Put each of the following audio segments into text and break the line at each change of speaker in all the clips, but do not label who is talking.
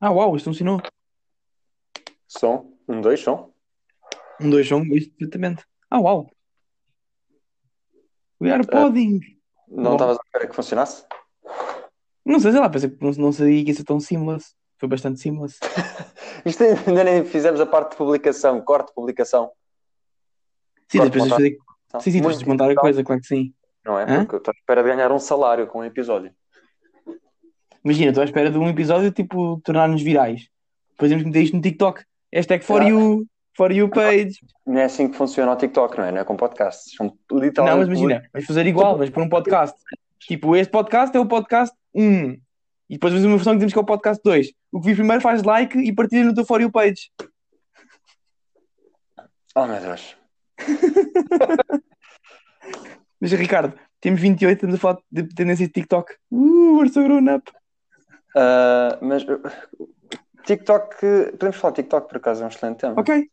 Ah, uau, isto funcionou.
Som, um, dois, som.
Um, dois, um, isto perfeitamente. Ah, uau. We are podding.
Não
Bom.
estavas à espera que funcionasse?
Não sei, sei lá, pensei que não, não sabia que ia ser tão seamless. Foi bastante seamless.
Isto ainda nem fizemos a parte de publicação, corte de publicação.
Sim,
Corte,
depois tens de fazer...
Então,
Sim, sim, tens
muito
de montar a
digital,
coisa, claro que sim.
Não é?
Hã?
Porque eu estou à espera de ganhar um salário com um episódio.
Imagina, estou à espera de um episódio, tipo, tornar-nos virais. Depois temos que meter isto no TikTok. Hashtag for you, for you page.
Não é assim que funciona o TikTok, não é? Não é com podcasts. São
não,
literalmente.
mas imagina, vais fazer igual, mas por um podcast. Tipo, este podcast é o podcast 1. E depois fazemos uma versão que dizemos que é o podcast 2. O que vi primeiro faz like e partilha no teu for you page.
Oh, meu Deus.
Mas Ricardo, temos 28, estamos a falar de tendência de TikTok. Uh, we're so grown up.
Ah, mas. uh, TikTok. eh, Podemos falar de TikTok, por acaso, é um excelente tema.
Ok.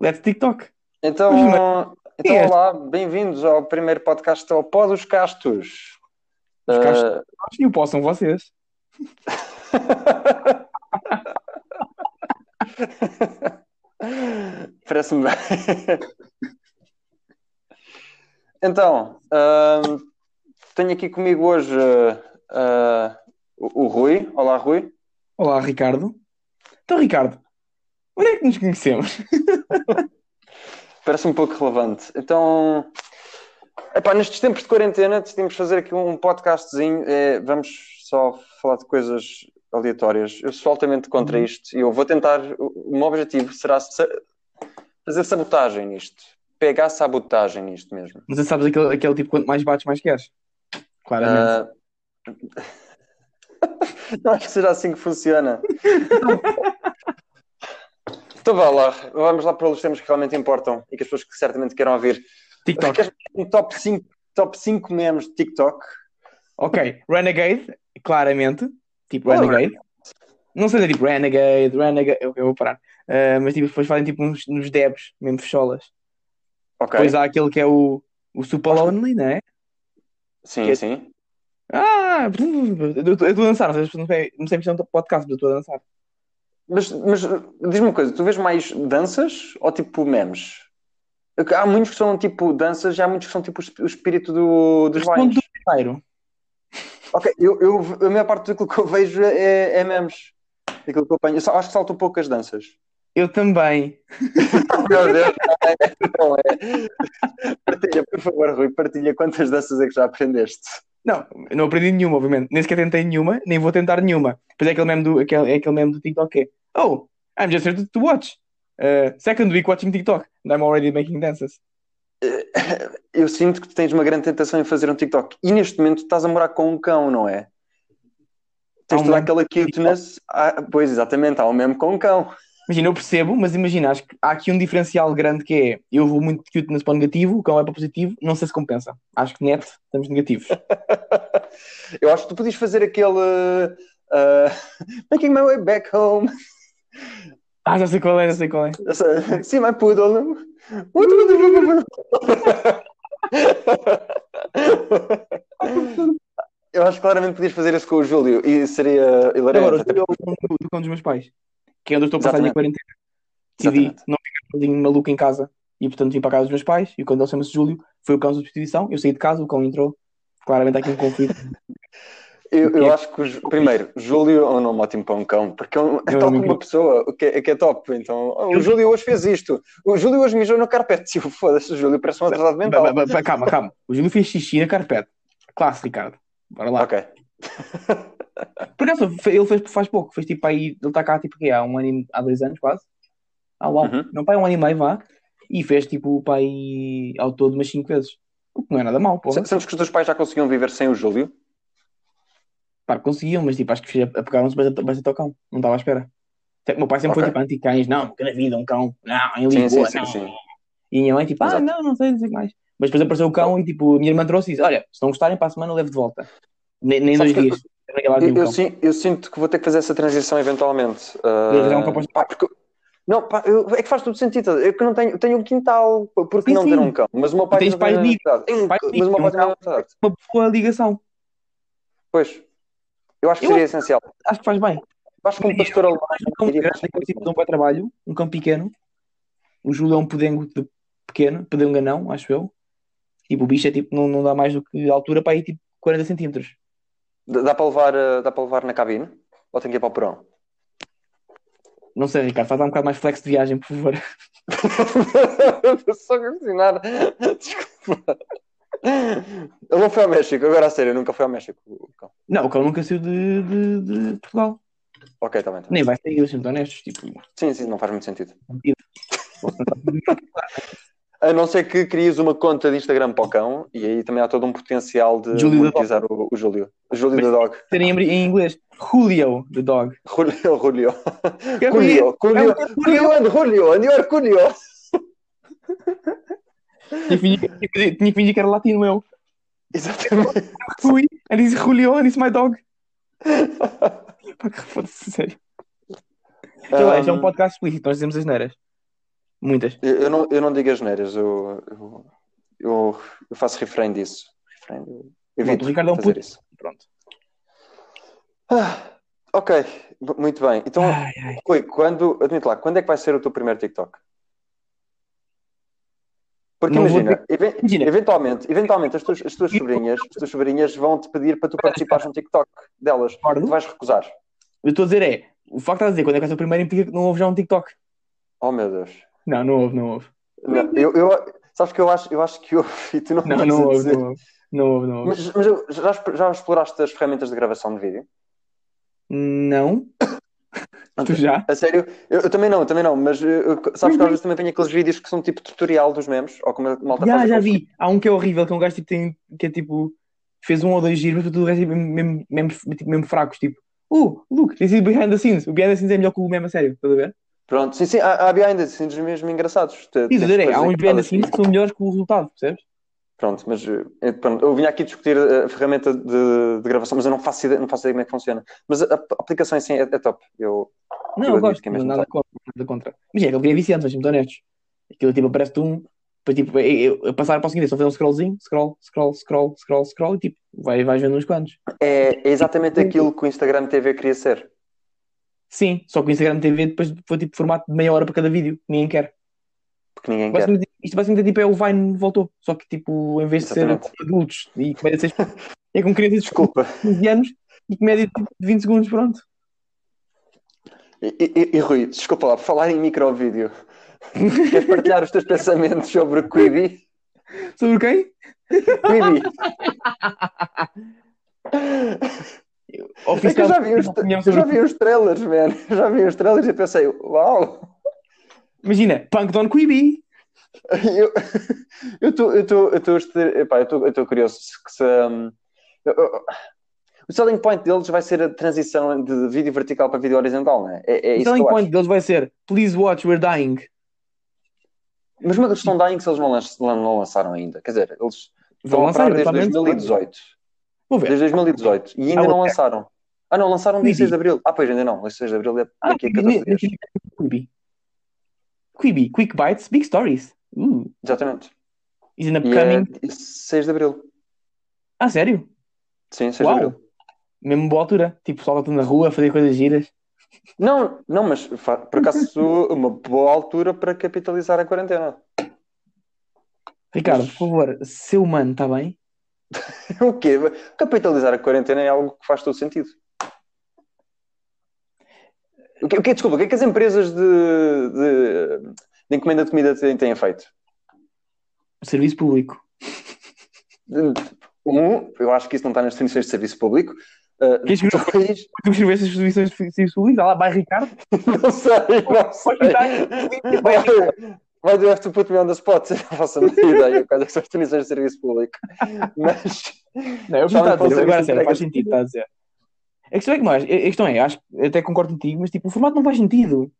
Let's TikTok.
Então,
Mas é
então
este?
olá, bem-vindos ao primeiro podcast ao Pó dos Castos.
Os
Ah,
castos. Acho que o possam vocês.
Parece-me bem. Então, ahm, tenho aqui comigo hoje ah, o, o Rui. Olá, Rui.
Olá, Ricardo. Então, Ricardo, onde é que nos conhecemos?
Parece um pouco relevante. Então, epá, nestes tempos de quarentena decidimos fazer aqui um podcastzinho. Eh, vamos só falar de coisas aleatórias. Eu sou altamente contra
Uhum.
isto e eu vou tentar. O, o meu objetivo será sa- fazer sabotagem nisto. Pegar sabotagem nisto mesmo.
Mas tu sabes aquele, aquele tipo, quanto mais bates, mais queres. Claramente.
Ah, Não Ah, acho que seja assim que funciona. então vá lá, vamos lá para os temas que realmente importam e que as pessoas que certamente queiram ouvir.
TikTok.
Queres um top 5, top 5 memes de TikTok?
Ok. Renegade, claramente. Tipo,
Olá,
Renegade. Não sei se é tipo Renegade, Renegade. Eu, eu vou parar. Ah, mas tipo, depois fazem tipo uns, uns devs, mesmo fecholas.
Ok,
Depois há aquele que é o, o Super Lonely, não é?
sim,
que- é
sim.
Ah, eu estou a dançar, não sei, não sei, não sei se é um podcast, mas eu estou a dançar.
Mas, mas diz-me uma coisa, tu vês mais danças ou tipo memes? Há muitos que são tipo danças e há muitos que são tipo o esp- o espírito do, dos
Respondo
vines.
do primeiro.
Ok, eu, eu- a maior parte daquilo que eu vejo é, é memes. Aquilo que eu apanho. Eu só- acho que saltam poucas danças.
Eu também.
Meu Deus, não é, não é. Partilha, por favor, Rui, partilha quantas danças é que já aprendeste.
Não, eu não aprendi nenhuma, obviamente. Nem sequer tentei nenhuma, nem vou tentar nenhuma. Pois é aquele meme do, aquele, é aquele meme do TikTok que é Oh, I'm just here to, to watch. Uh, second week watching TikTok. And I'm already making dances.
Eu sinto que tu tens uma grande tentação em fazer um TikTok e neste momento estás a morar com um cão, não é? Tens
Há um
toda
meme
aquela cuteness. Ah, pois, exatamente, há um meme com um cão.
Imagina, eu percebo, mas imagina, acho que há aqui um diferencial grande que é eu vou muito de cuteness para o negativo, o cão é para o positivo, não sei se compensa. Acho que net, estamos negativos.
Eu acho que tu podias fazer aquele. ah, making my way back home.
Ah, já sei qual é, já sei qual é.
See my poodle. né? Eu acho que claramente podias fazer isso com o Júlio e seria hilarante.
Agora, o teu é o cão do- do cão dos meus pais, que é onde eu estou a passar a minha
Exatamente.
quarentena. Decidi
Exatamente.
não ficar sozinho maluco em casa e, portanto, vim para a casa dos meus pais. E quando ele chama-se Júlio, foi o cão de substituição. Eu saí de casa, o cão entrou. Claramente há aqui um conflito.
Eu, eu acho que, o Ju- primeiro, Júlio é um nome ótimo para um cão, porque é, um, é
Eu
tal
não
como uma
acredito.
pessoa, o que é, que é top. Então, "Oh, o
Eu-
Júlio hoje fez isto, o Júlio hoje mijou no carpete. Tipo, foda-se, o Júlio parece um atrasado
Ba-
mental.
ba- ba- ba- calma, calma. O Júlio fez xixi na carpete. Classe, Ricardo. Bora lá.
Ok.
Por acaso, fe- ele fez faz pouco. Fez tipo aí, ele está cá tipo que há um ano, e- há dois anos quase. Ah, uau.
Uhum.
Não, pai, um ano e meio vá. E fez tipo pai ao todo umas cinco vezes. O que não é nada mau, porra.
S- Sentes que os teus pais já conseguiam viver sem o Júlio?
Pá, conseguiam, mas tipo, acho que apegaram-se bastante, bastante ao cão. Não estava à espera. Até que O meu pai sempre foi
Ok.
tipo anti-cães, não, nunca na vida, um cão, não, em
Sim, sim,
Lisboa,
sim,
não.
sim.
E a minha mãe tipo, ah,
Exato.
não, não sei, não sei o que mais. Mas depois apareceu o cão e tipo, a minha irmã trouxe e disse, olha, se não gostarem, para a semana eu levo de volta. Nem, nem
Sabes
dois
que eu-
dias. Eu, eu,
Eu,
eu,
eu sin- eu sinto que vou ter que fazer essa transição eventualmente. Ah,
Vou fazer um propósito.
pá, porque eu- não, pá, eu- é que faz todo sentido. Eu que não tenho, eu tenho um quintal, porque
Sim,
não
sim.
ter um cão? Mas o meu pai
Tens
não
pais
tem
livres.
necessidade. Tem um-
Pais
Mas o meu pai
livres,
tem
um
necessidade.
Uma boa ligação.
Pois. Eu acho que
Eu
seria essencial.
Acho que faz bem.
Vasco um pastor alemão.
Um campo grande, que eu tive de um para trabalho, um campo pequeno. O Júlio é um pedengo de pequeno, pedengo não, acho eu. Tipo, o bicho é tipo, não, não dá mais do que a altura para aí, tipo, 40 centímetros.
Dá dá para levar, eh, dá para levar na cabine? Ou tem que ir para o porão?
Não sei, Ricardo, faz lá um bocado mais flex de viagem, por favor.
Estou só a alucinar. Desculpa. Ele não foi ao México, agora a sério, nunca foi ao México. o cão.
Não, o cão nunca saiu de, de, de Portugal.
Ok, está bem. Tá. bem.
Nem vai sair, assim, muito honestos, tipo,
Sim, sim, não faz muito sentido.
sentido.
A não ser que crias uma conta de Instagram para o cão e aí também há todo um potencial de
Júlio da
monetizar o, o Júlio. O Júlio
Mas-
da Dog.
serem em em inglês. Julio, the dog.
Julio, Julio.
Que é
Julio,
É
Julio.
um Julio.
Julio and Julio, and your Julio.
Tinha que fingir- tinha que- tinha que fingir que era latino, eu.
Exatamente.
Fui, and he's Julio, and he's my dog. Pá, que Foda-se, sério. Sei lá, isto é um podcast explícito, nós dizemos as neiras. Muitas.
Eu, eu não, eu não digo as neiras, eu, eu, eu, eu faço reframe disso. Reframe, eu evito
o Ricardo é um
fazer
puto.
isso.
Pronto.
Ah, ok, b- muito bem. Então,
Ai, ai.
Rui, quando, admito lá, quando é que vai ser o teu primeiro TikTok? Porque
Não vou
imagina, even-
Imagina.
eventualmente, eventualmente as tuas, as tuas sobrinhas, as tuas sobrinhas vão-te pedir para tu participares no TikTok delas. Tu
Concordo.
vais recusar.
Eu estou a dizer é, o facto de estás a dizer, quando é que vai ser o primeiro, implica que não houve já um TikTok.
Oh meu Deus.
Não, não houve, não houve.
Não, eu, eu- sabes que eu acho, eu acho que eu e tu não
Não,
vais
não houve,
dizer.
não houve. Não houve, não houve.
Mas, mas eu- já, exp- já exploraste as ferramentas de gravação de vídeo?
Não. Tu já?
A sério? Eu, eu também não, eu também não, mas eu- eu- sabes que às vezes também vem aqueles vídeos que são tipo tutorial dos memes, ou como a malta
Já,
faz
já
aqueles-
vi. Há um que é horrível, que é um gajo tipo, tem, que é tipo, fez um ou dois giros, mas tudo o resto é tipo, mesmo, mesmo, tipo, mesmo fracos, tipo, uh, look, tem sido behind the scenes. O behind the scenes é melhor que o meme a sério, estás a ver?
Pronto, sim, sim, há, há behind the scenes mesmo engraçados. Te-
E
tens
dizer, é,
coisas
há uns behind the
engraçadas.
scenes que são melhores que o resultado, percebes?
Pronto, mas eh, pronto, eu vim aqui discutir eh, a ferramenta de, de gravação, mas eu não faço, ideia, não faço ideia como é que funciona. Mas a, a aplicação em si é, é top. Eu,
Não,
Eu
eu
admito
gosto,
que é
não,
mesmo
nada contra, nada contra. Mas é, aquele que é viciante, mas muito honestos. Aquilo tipo, aparece-te um, depois tipo, eu, eu, eu passar para o seguinte, é só fazer um scrollzinho, scroll, scroll, scroll, scroll, scroll, e tipo, vai, vais vendo uns quantos.
é, é exatamente aquilo que o Instagram TV queria ser.
Sim, só que o Instagram TV depois foi tipo formato de meia hora para cada vídeo, ninguém quer.
Porque ninguém quer.
Basicamente, isto basicamente tipo, é o Vine voltou, só que tipo, em vez de ser
Exatamente.
com adultos e comédia de 6 é com crianças de
Desculpa.
15 anos e comédia de tipo, de 20 segundos, pronto.
E, e- e, Rui, desculpa lá, por falar em microvídeo. Queres partilhar os teus pensamentos sobre o Quibi?
Sobre
É
quem?
Quibi. É que eu já vi, os,
opinião
eu
sobre
já vi os trailers, man. Eu já vi os trailers e pensei, uau!
Imagina, Punk Don Quibi.
Eu estou eu tô- eu tô a estar- epá, eu tô- eu tô curioso se- que se, hum, eu- eu- o selling point deles vai ser a transição de vídeo vertical para vídeo horizontal, não é? É, é
O
isso
selling
que eu
point
acho.
deles vai ser Please watch, we're dying.
Mas uma questão da que eles não, lanç- não- não lançaram ainda. Quer dizer, eles
Vão
estão a
lançar
parar desde
eventualmente.
2018.
Vou ver.
Desde 2018. E ainda
Ah,
não
ok.
lançaram. Ah, não, lançaram dia
Maybe.
6 de Abril. Ah, pois, ainda não. Dia 6 de Abril é
Ah,
daqui a 14
ne-
dias.
ne- Quibi. Quibi, Quick Bites, Big Stories. Uh,
Exatamente.
is an
E é
upcoming.
dia 6 de Abril.
Ah, sério?
Sim, 6
Uau.
de Abril.
Mesmo boa altura. Tipo, pessoal está tudo na rua a fazer coisas giras.
Não, não, mas fa- por acaso uma boa altura para capitalizar a quarentena.
Ricardo, por favor, seu humano, está bem?
O quê? Capitalizar a quarentena é algo que faz todo sentido. O que, o que- desculpa, o que é que as empresas de, de- de encomenda de comida têm, têm feito?
Serviço público.
Um, eu acho que isso não está nas definições de serviço público. Uh,
Quem escreveu?
dois,
Tu escreveste as definições de serviço público? Está lá, vai Ricardo.
não sei, não
Vai Ricardo.
sei. Vai, vai do have to put me on the spot, eu não faço a mínima ideia quais é que são as definições de serviço público. Mas.
Não, eu
Já
estava a
não
dizer,
posso
agora a
ser
sério, faz
entregue.
sentido, está a dizer. A questão é que nós, a a questão é, acho que até concordo contigo, mas tipo, o formato não faz sentido.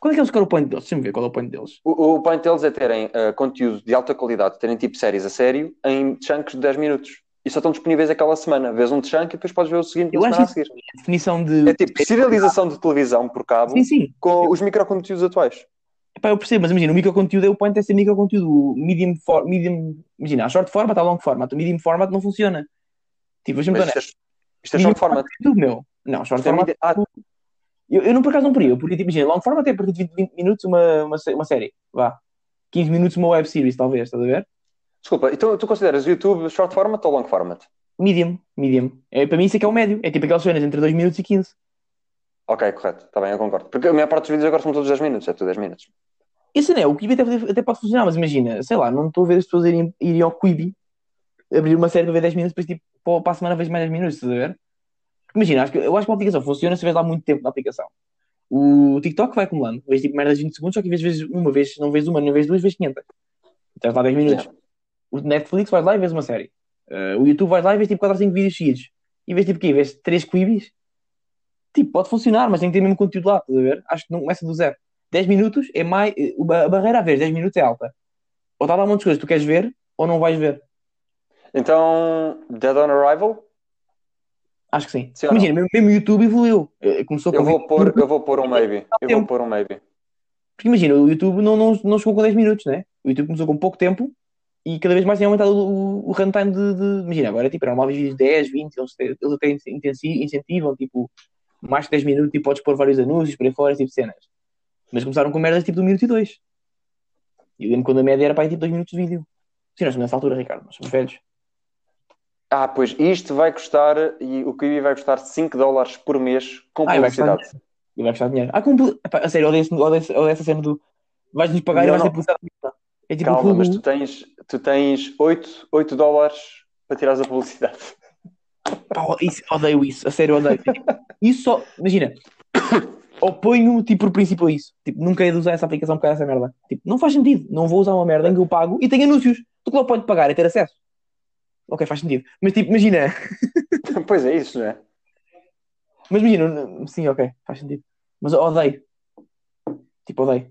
Qual é que é o score point deles? Deixa-me ver qual é o point deles.
O, o point deles é terem uh, conteúdo de alta qualidade, terem tipo séries a sério, em chunks de 10 minutos. E só estão disponíveis aquela semana. Vês um chunk e depois podes ver o seguinte na
Eu acho
semana a seguir.
A definição de.
É tipo serialização de televisão por cabo
Sim, sim.
com os microconteúdos atuais.
Epá, eu percebo, mas imagina, o microconteúdo é o point é ser microconteúdo. O medium, for, medium. Imagina, a short format, a long format. O medium format não funciona. Tipo, deixa-me
Mas
estar
Isto é, isto é short format.
YouTube, meu. Não, short
Isto é
format.
midi- ah,
Eu, eu não, por acaso, não poria. Eu poria, tipo, imagina, long form até a partir de 20, 20 minutos uma, uma, sé- uma série. Vá. 15 minutos uma web series, talvez, estás a ver?
Desculpa, então tu consideras YouTube short format ou long format?
Medium, medium. É, para mim isso é que é o médio. É tipo aquelas cenas entre 2 minutos e 15.
Ok, correto, está bem, eu concordo. Porque a maior parte dos vídeos agora são todos 10 minutos, é tudo 10 minutos.
Isso não é, o Quibi até, pode- até pode funcionar, mas imagina, sei lá, não estou a ver as pessoas irem, irem ao Quibi abrir uma série para ver 10 minutos, depois tipo, pô, para a semana vejo mais 10 minutos, estás a ver? Porque imagina, acho que, eu acho que uma aplicação funciona se vês lá muito tempo na aplicação. O TikTok vai acumulando, vês tipo merdas de 20 segundos, só que vês, vês uma vez, não vês uma, não vês duas, vês 500. Estás lá 10 minutos. O Netflix vais lá e vês uma série. Eh, o YouTube vais lá e vês tipo 4 ou 5 vídeos seguidos. E vês tipo o quê? Vês 3 Quibis? Tipo, pode funcionar, mas tem que ter mesmo conteúdo lá, estás a ver? Acho que não começa do zero. 10 minutos é mais. A barreira a ver 10 minutos é alta. Ou está lá um monte de coisas que tu queres ver ou não vais ver.
Então, Dead on Arrival,
Acho que sim.
Sim ou
Imagina, mesmo, mesmo o YouTube evoluiu. Eh, Começou
eu
com.
vou pôr, eu vou pôr um maybe. Eu vou pôr um maybe.
Porque imagina, o YouTube não, não, não chegou com 10 minutos, né? O YouTube começou com pouco tempo e cada vez mais tem aumentado o, o, o runtime de, de- Imagina, agora tipo, normal vês vídeos de 10, 20, eles, te- eles até intensi- incentivam, tipo, mais de 10 minutos e podes pôr vários anúncios para aí fora, esse tipo de cenas. Mas começaram com merdas tipo de 1 minuto e 2. E eu lembro quando a média era para aí tipo 2 minutos de vídeo. Sim, nós somos nessa altura, Ricardo, nós somos velhos.
Ah, pois, isto vai custar, e o Kiwi vai custar 5 dólares por mês com
Ah, e vai custar
publicidade.
E vai custar dinheiro. Ah, como. pu- Epá, a sério, odeio, esse- odeio, esse- odeio essa cena do. Vais-nos pagar
Não,
e vais ter
não.
publicidade. É tipo.
Calma,
Calma,
mas tu tens, tu tens 8, 8 dólares para tirares a publicidade.
isso, odeio isso. A sério, odeio. É tipo, isso só. Imagina. Oponho, tipo, por princípio a isso. Tipo, nunca ia usar essa aplicação por causa dessa merda. Tipo, não faz sentido. Não vou usar uma merda em que eu pago e tenho anúncios. Tu que lá pode pagar e ter acesso. Ok, faz sentido. Mas tipo, imagina.
Pois é, isso, não é?
Mas imagina. n- Sim, ok, faz sentido. Mas odeio. Tipo, odeio.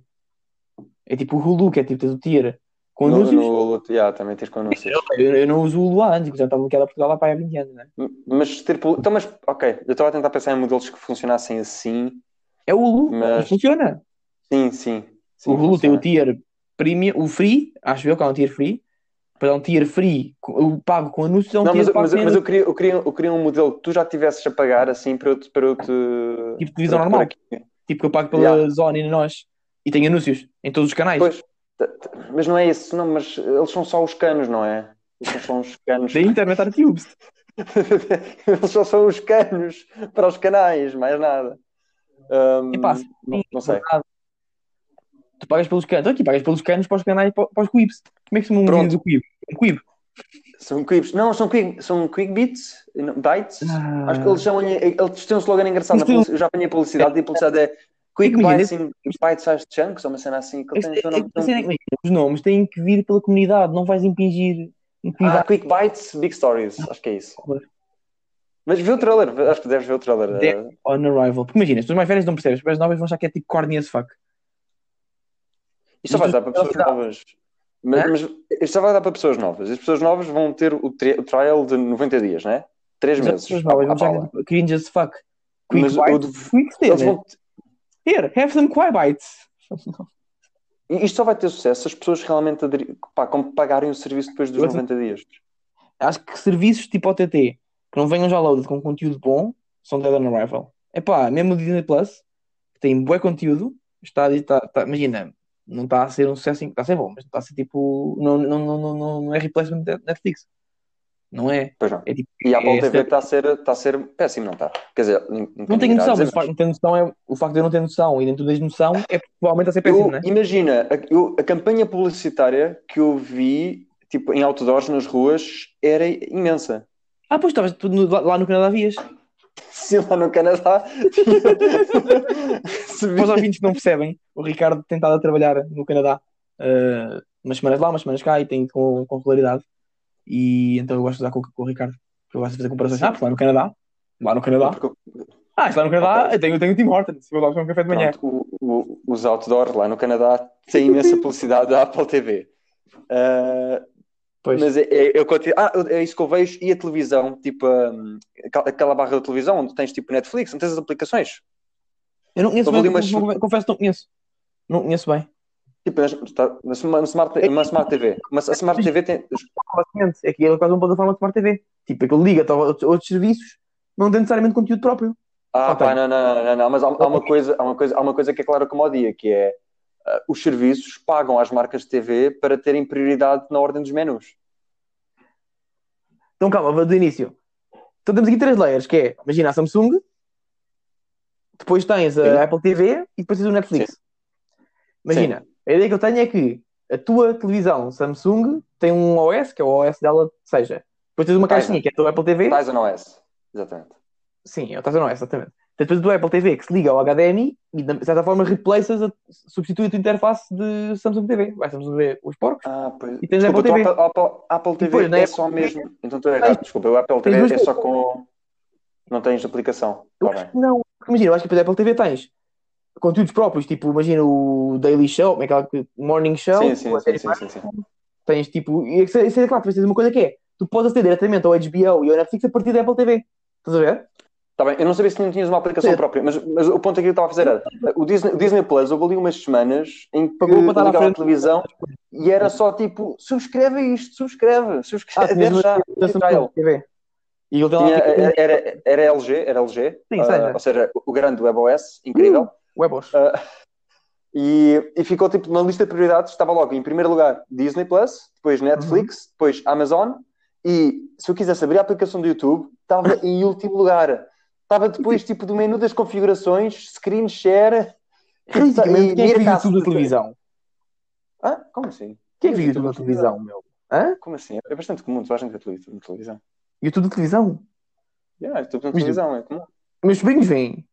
É tipo o Hulu, que é tipo, tens o tier com
No,
anúncios.
no, yeah, também tens com anúncios.
Eu, eu não uso o Lua antes, já estava bloqueado a Portugal lá para aí há 20 anos, né?
Mas ter. pub- Então, mas, ok, eu estava a tentar pensar em modelos que funcionassem assim.
É o Hulu,
Mas-
mas funciona.
Sim, sim. sim
o Hulu tem
funciona.
o tier premium, o free, acho eu que há um tier free, para um tier free, com- eu pago com anúncios, é um
Não,
tier
mas,
pago
mas,
sem
mas eu,
anúncios.
queria, eu, queria, eu queria um modelo que tu já tivesses a pagar assim para eu te. Para eu te para eu
tipo televisão
te pôr
normal,
aqui.
tipo que eu pago pela
Yeah.
Zona e na nós, e tem anúncios em todos os canais.
Pois. T- t- Mas não é isso, não, mas eles são só os canos, não é? Eles são só uns canos.
Da Internet Art Cubes.
Eles só são os canos para os canais, mais nada. Ahm,
Epá, sim,
não, não sei.
verdade. Tu pagas pelos canos, aqui pagas pelos canos para os canais, para, para os quibs. Como é que se chama um
Pronto.
vídeo do quib? Um quib.
São quips. Não, são quick, são quick beats, não, bites.
Ah. é
Acho que eles chamam-lhe. Eles têm um slogan engraçado. na
Isso-
publici- Eu já apanhei publicidade e a publicidade é Quick
Imagina,
Bites in Bite Size Chunks, ou uma cena assim. Que eles
Este-
têm, tem um nome-
a cena é que, imagina, os nomes têm que vir pela comunidade, não vais impingir. um impingir
Ah, Quick Bites, Big Stories.
Ah,
Acho que é isso. Mas vê o trailer, vê- acho que deves ver o trailer. eh,
Deve. On Arrival. Porque imagina, se tu mais velhas não percebes, as pessoas novas vão achar que é tipo corny as fuck.
Isto só vai dar para pessoas novas. Mas,
Hã?
mas isto só vai dar para pessoas novas. As pessoas novas vão ter o, tri- o trial de 90 dias, né? 3
As
meses.
pessoas novas
à-
vão
à
achar que é
pala.
tipo cringe as fuck. Quick
Mas eu
bites.
dev-
Quick
eles
cenas.
vão-
Here, have some quick bites.
e Isto só vai ter sucesso se as pessoas realmente aderi- pá, como pagarem o serviço depois dos
Eu acho-
90 dias.
Acho que serviços tipo OTT que não venham já loaded com conteúdo bom são Dead on Arrival. É pá, mesmo o Disney Plus, que tem bué conteúdo, está, está, está- imagina, não está a ser um sucesso, está a ser bom, mas não está a ser tipo. Não, não, não, não, não, não é replacement da Netflix. Não é.
Pois não.
É tipo-
E a Apple
é
TV
ser-
está a, ser, está a ser péssimo, não está? Quer dizer, nin-
Não
ninguém
tenho
irá
noção,
dizer,
mas o facto de não ter noção é o facto de eu não ter noção e dentro da noção é provavelmente a ser péssimo,
Eu-
né?
Imagina, a, eu- a campanha publicitária que eu vi tipo, em outdoors nas ruas era imensa.
Ah, pois estavas tu no- lá, lá no Canadá vias.
Se lá no Canadá tinha- se
Para os
vi-
ouvintes que não percebem, o Ricardo tem estado a trabalhar no Canadá ah, umas semanas lá, umas semanas cá e tem com, com regularidade. E então eu gosto de usar com, com o Ricardo, porque eu gosto de fazer comparações.
Sim.
Ah, porque lá no Canadá. Lá no Canadá.
Porque eu-
Ah, isto lá no Canadá eu tenho, eu tenho o Tim Hortons. Vou lá buscar um café de manhã.
Pronto, o- o- os outdoors lá no Canadá têm imensa publicidade da Apple TV. Ah,
Pois.
mas é, é- eu continuo- ah, é isso que eu vejo. E a televisão, tipo hum, aquela- aquela barra da televisão onde tens tipo Netflix, não tens as aplicações.
eu não conheço
houve
bem,
Então ali umas-
não- não- confesso que não conheço. Não conheço bem.
Tipo, nas- tá- uma, uma smart, uma Smart TV. Uma, a Smart TV tem.
Basicamente, é que é quase uma plataforma de Smart TV. Tipo, aquilo liga-te a outros, a outros serviços, não tem necessariamente conteúdo próprio.
Ah,
Ou
pá,
tem?
não, não, não, não, não, mas há, há uma coisa, há, uma coisa, há uma coisa que é clara como ao dia, que é ah, os serviços pagam às marcas de TV para terem prioridade na ordem dos menus.
Então calma, vou do início. Então temos aqui três layers, que é, imagina a Samsung, depois tens a
Sim.
Apple TV e depois tens o Netflix. Imagina, a ideia que eu tenho é que a tua televisão Samsung tem um OS, que é o OS dela, seja. Depois tens uma
Tá,
caixinha, que é a tua Apple TV.
Dyson OS, exatamente.
Sim, é o Tizen OS, exatamente. Tens depois a tua Apple TV que se liga ao HDMI e de certa forma replaces, a, substitui a tua interface de Samsung TV. Vai Samsung ver os porcos.
Ah, pois.
E tens a
desculpa,
Apple TV.
tu Apple, Apple, Apple TV
depois, na
é
Apple
só
TV,
mesmo. Então estou errado, desculpa. O Apple
tens
TV é
duas
só com. Não tens aplicação.
Eu
Tá
acho
bem.
que não. Porque Imagina, eu acho que depois da Apple TV tens conteúdos próprios, tipo, imagina o Daily Show, como é que é, o Morning Show,
Sim, sim,
ou a
sim,
série
sim, sim,
um.
sim.
tens tipo. E isso é, isso é claro, depois tens uma coisa que é: tu podes aceder diretamente ao HBO e ao Netflix a partir da Apple TV. Estás a ver?
Tá bem, eu não sabia se não tinhas uma aplicação
Sim.
própria, mas, mas o ponto aqui que eu estava a fazer era o Disney, o Disney Plus, houve ali umas semanas em que
Pagou para estar à
ligava a
frente.
televisão e era só tipo, subscreve isto, subscreve,
Ah,
subscreve,
tens
deve
uma
já,
da
dê já ele.
Samsung TV. E ele tem lá
Tinha-
tipo,
era, era, era LG, era LG,
Sim, Uh!
ah,
seja.
ou seja, o grande WebOS, incrível,
Webos.
e, e ficou tipo na lista de prioridades, estava logo em primeiro lugar Disney Plus,
Uhum.
depois Netflix, depois Amazon, e se eu quisesse abrir a aplicação do YouTube, estava em último lugar. Estava depois tipo do menu das configurações, screen share.
Basicamente, quem é que viu
Miracast.
YouTube na televisão?
Ah, como assim?
Quem é que viu YouTube na televisão, meu? Hã?
Como assim? É bastante comum, tu achas que é televisão? televisão.
YouTube na televisão?
Yeah, estou na
Mas-
televisão, é comum.
Meus sobrinhos vêm.